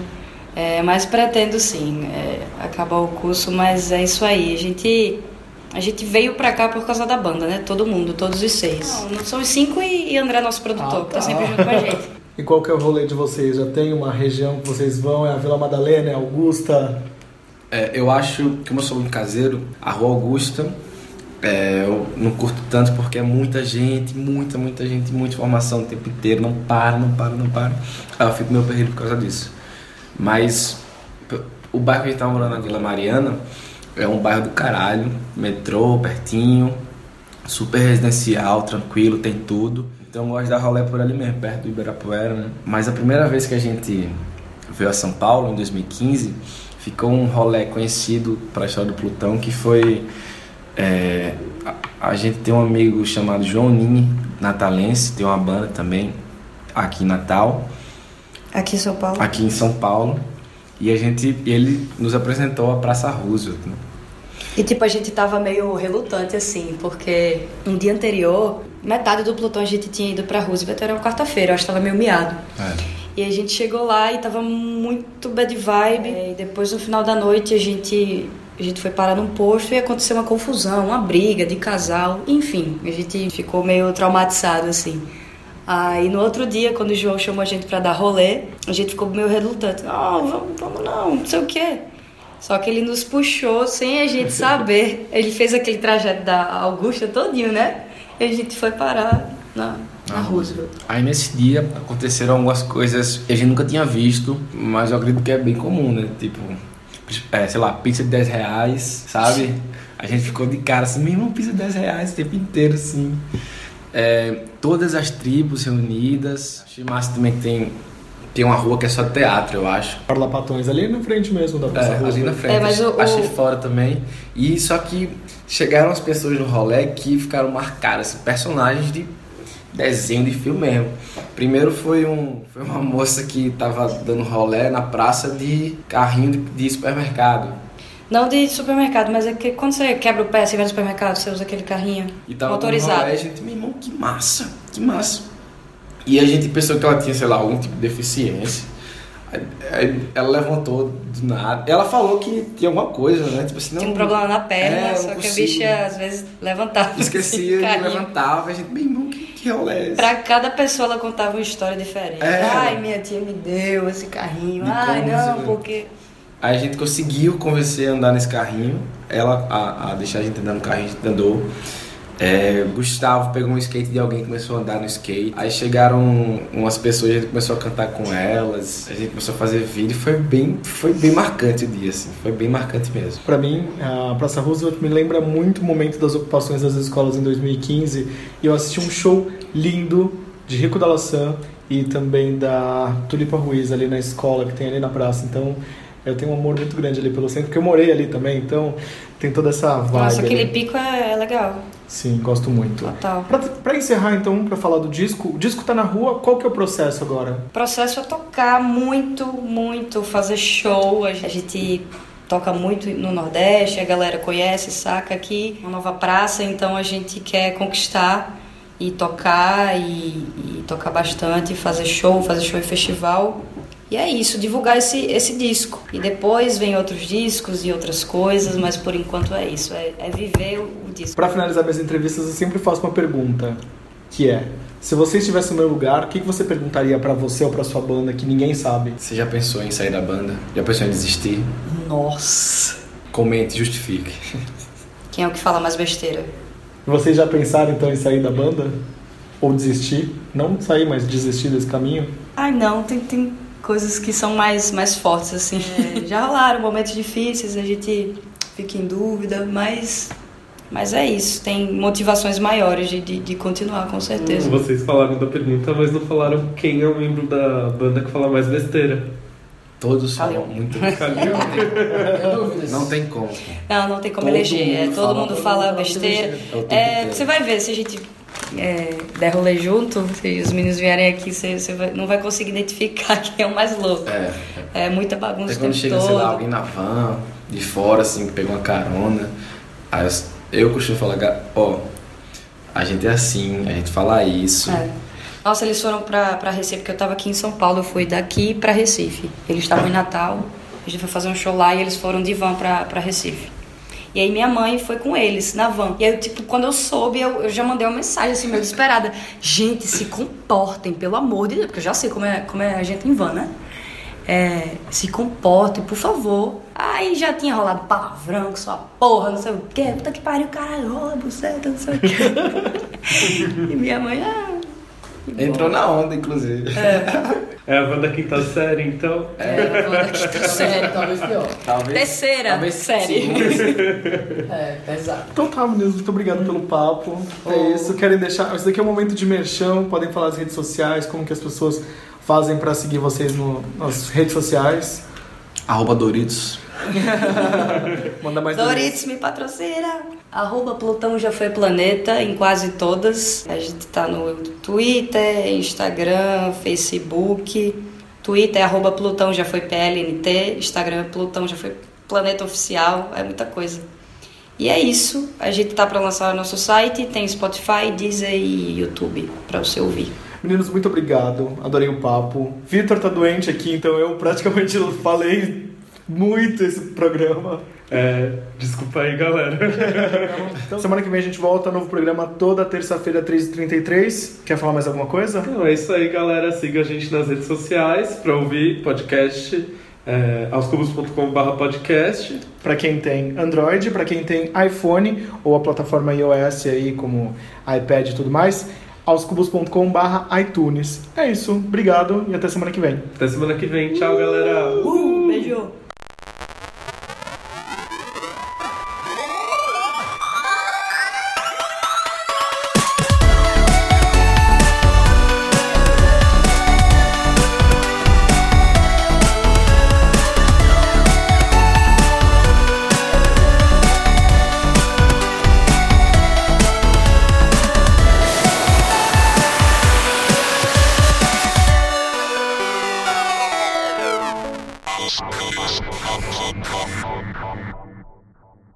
É, mas pretendo sim é, acabar o curso, mas é isso aí. A gente, a gente veio pra cá por causa da banda, né? Todo mundo, todos os seis. Não, são os cinco e, e André, nosso produtor, que tá sempre junto com a (laughs) gente.
E qual que é o rolê de vocês? Já tem uma região que vocês vão? É a Vila Madalena? É Augusta?
É, eu acho, como eu sou muito caseiro, a Rua Augusta é, eu não curto tanto porque é muita gente, muita, muita gente, muita informação o tempo inteiro, não para, não para, não para. Aí eu fico meio perdido por causa disso. Mas p- o bairro que a gente tá morando na Vila Mariana é um bairro do caralho, metrô, pertinho, super residencial, tranquilo, tem tudo. Então eu gosto da rolê por ali mesmo, perto do Ibirapuera, né? Mas a primeira vez que a gente veio a São Paulo, em 2015, ficou um rolê conhecido para a história do Plutão, que foi... é, a, a gente tem um amigo chamado João Nini, natalense, tem uma banda também aqui em Natal
Aqui em São Paulo.
aqui em São Paulo e a gente e ele nos apresentou a Praça Roosevelt. né?
E tipo, a gente tava meio relutante assim, porque no dia anterior, metade do Plutão a gente tinha ido pra Roosevelt, era uma quarta-feira, eu acho que tava meio miado. E a gente chegou lá e tava muito bad vibe. É, E depois no final da noite a gente a gente foi parar num posto e aconteceu uma confusão, uma briga de casal, enfim, a gente ficou meio traumatizado assim. Aí no outro dia, quando o João chamou a gente pra dar rolê, a gente ficou meio relutante. Não, vamos, vamos não, não sei o quê. Só que ele nos puxou sem a (laughs) gente saber. Ele fez aquele trajeto da Augusta todinho, né? E a gente foi parar na, na Roosevelt.
Aí nesse dia aconteceram algumas coisas que a gente nunca tinha visto, mas eu acredito que é bem comum, né? Tipo, é, sei lá, pizza de 10 reais, sabe? A gente ficou de cara assim, meu irmão, pizza de 10 reais o tempo inteiro, assim. É, todas as tribos reunidas. Achei massa também que tem, tem uma rua que é só teatro, eu acho.
Orla Patões, ali na frente mesmo da Praça né?
É,
Roosevelt.
ali na frente.
É, mas o-
Achei
o-
fora também. E só que chegaram as pessoas no rolê que ficaram marcadas, assim, personagens de desenho de filme mesmo. Primeiro foi, um, foi uma moça que tava dando rolê na praça de carrinho de, de supermercado.
Não de supermercado, mas é que quando você quebra o pé, você vai no supermercado, você usa aquele carrinho
E um tava
motorizado.
dando rolê, a gente, meu irmão, que massa, que massa. E a gente pensou que ela tinha, sei lá, algum tipo de deficiência. Aí- aí Ela levantou do nada. Ela falou que tinha alguma coisa, né? Tipo assim, não.
Tem um problema na perna,
É, eu
só que a
consigo.
bicha às vezes levantava. esse
(laughs) Esquecia,
carrinho.
levantava, a gente, meu irmão, que, que rolê é esse?
Pra cada pessoa ela contava uma história diferente.
É.
Ai, minha tia me deu esse carrinho.
De né?
Ai,
como
não,
isso-
porque.
Aí a gente conseguiu convencer a andar nesse carrinho, ela a, a deixar a gente andar no carrinho, a gente andou. É, Gustavo pegou um skate de alguém e começou a andar no skate. Aí chegaram umas pessoas, a gente começou a cantar com elas, a gente começou a fazer vídeo, foi bem, foi bem marcante o dia, assim, foi bem marcante mesmo.
Pra mim, a Praça Roosevelt me lembra muito o momento das ocupações das escolas em 2015. E eu assisti um show lindo de Rico da Laçã e também da Tulipa Ruiz ali na escola, que tem ali na praça. Então, eu tenho um amor muito grande ali pelo centro, porque eu morei ali também. Então, tem toda essa vibe.
Nossa, aquele
ali.
pico é, é legal.
Sim, gosto muito.
Total.
Pra, pra encerrar, então, pra falar do disco, o disco tá na rua, qual que é o processo agora?
processo é tocar muito, muito, fazer show. A gente, a gente toca muito no Nordeste, a galera conhece, saca aqui. Uma nova praça, então a gente quer conquistar e tocar, e, e tocar bastante, fazer show, fazer show em festival. E é isso, divulgar esse, esse disco. E depois vem outros discos e outras coisas, mas por enquanto é isso, é, é viver o, o disco.
Pra finalizar minhas entrevistas, eu sempre faço uma pergunta, que é: se você estivesse no meu lugar, o que que você perguntaria pra você ou pra sua banda que ninguém sabe?
Você já pensou em sair da banda? Já pensou em desistir?
Nossa!
Comente, justifique.
Quem é o que fala mais besteira?
Vocês já pensaram então em sair da banda? Ou desistir? Não sair, mas desistir desse caminho?
Ai, não, tem, tem coisas que são mais, mais fortes, assim. já rolaram momentos difíceis, a gente fica em dúvida, mas Mas é isso, tem motivações maiores de, de, de continuar, com certeza.
(laughs)
Hum.
Vocês falaram da pergunta, mas não falaram quem é o membro da banda que fala mais besteira.
Todos falam muito.
Calil?
Não tem como.
Não, não tem como
Todo
eleger. É,
mundo
todo
fala-
mundo fala besteira. É, você vai ver, se a gente é, der rolê junto, se os meninos vierem aqui, você, você vai- não vai conseguir identificar (laughs) quem é o mais louco.
É.
É muita bagunça
Até
o
quando
tempo
chega,
todo.
sei lá, alguém na van, de fora, assim, que pegou uma carona. Aí eu, eu costumo falar, "Ga- ó, a gente é assim, a gente fala isso.
É. Nossa, eles foram pra, pra Recife, porque eu tava aqui em São Paulo, eu fui daqui pra Recife. Eles estavam em Natal, a gente foi fazer um show lá e eles foram de van pra, pra Recife. E aí minha mãe foi com eles na van. E aí, tipo, quando eu soube, eu, eu já mandei uma mensagem assim, meio desesperada. Gente, se comportem, pelo amor de Deus, porque eu já sei como é, como é a gente em van, né? É, se comportem, por favor. Aí já tinha rolado palavrão com sua porra, não sei o quê. Puta que pariu, caralho, rola, buceta, não sei o quê. e minha mãe, ah,
Entrou na onda, inclusive.
É a banda quinta série, então.
É, vou daqui tá sério.
Talvez pior.
Talvez.
Terceira
talvez
série.
É, pesado.
Então tá, meninos, muito obrigado pelo papo.
Oh.
É isso. Querem deixar. Esse daqui é um momento de merchan, podem falar as redes sociais, como que as pessoas fazem pra seguir vocês no- nas redes sociais.
Arroba Doritos.
Manda mais
Doritos me patrocina. Arroba Plutão já foi planeta em quase todas. A gente tá no Twitter, Instagram, Facebook. Twitter é arroba Plutão já foi PLNT. Instagram Plutão já foi planeta oficial. É muita coisa. E é isso. A gente tá pra lançar o nosso site. Tem Spotify, Deezer e YouTube pra você ouvir.
Meninos, muito obrigado. Adorei o papo. Vitor tá doente aqui, então eu praticamente falei muito esse programa.
É, desculpa aí, galera.
Semana que vem a gente volta, novo programa toda terça-feira, 3h33. Quer falar mais alguma coisa?
Então é isso aí, galera. Siga a gente nas redes sociais pra ouvir podcast, é, aoscubos.com.br podcast.
Pra quem tem Android, pra quem tem iPhone ou a plataforma iOS aí, como iPad e tudo mais, aoscubos.com.br iTunes. É isso, obrigado e até semana que vem.
Uh!
Uh!
Até semana que vem. Tchau, galera.
Beijo!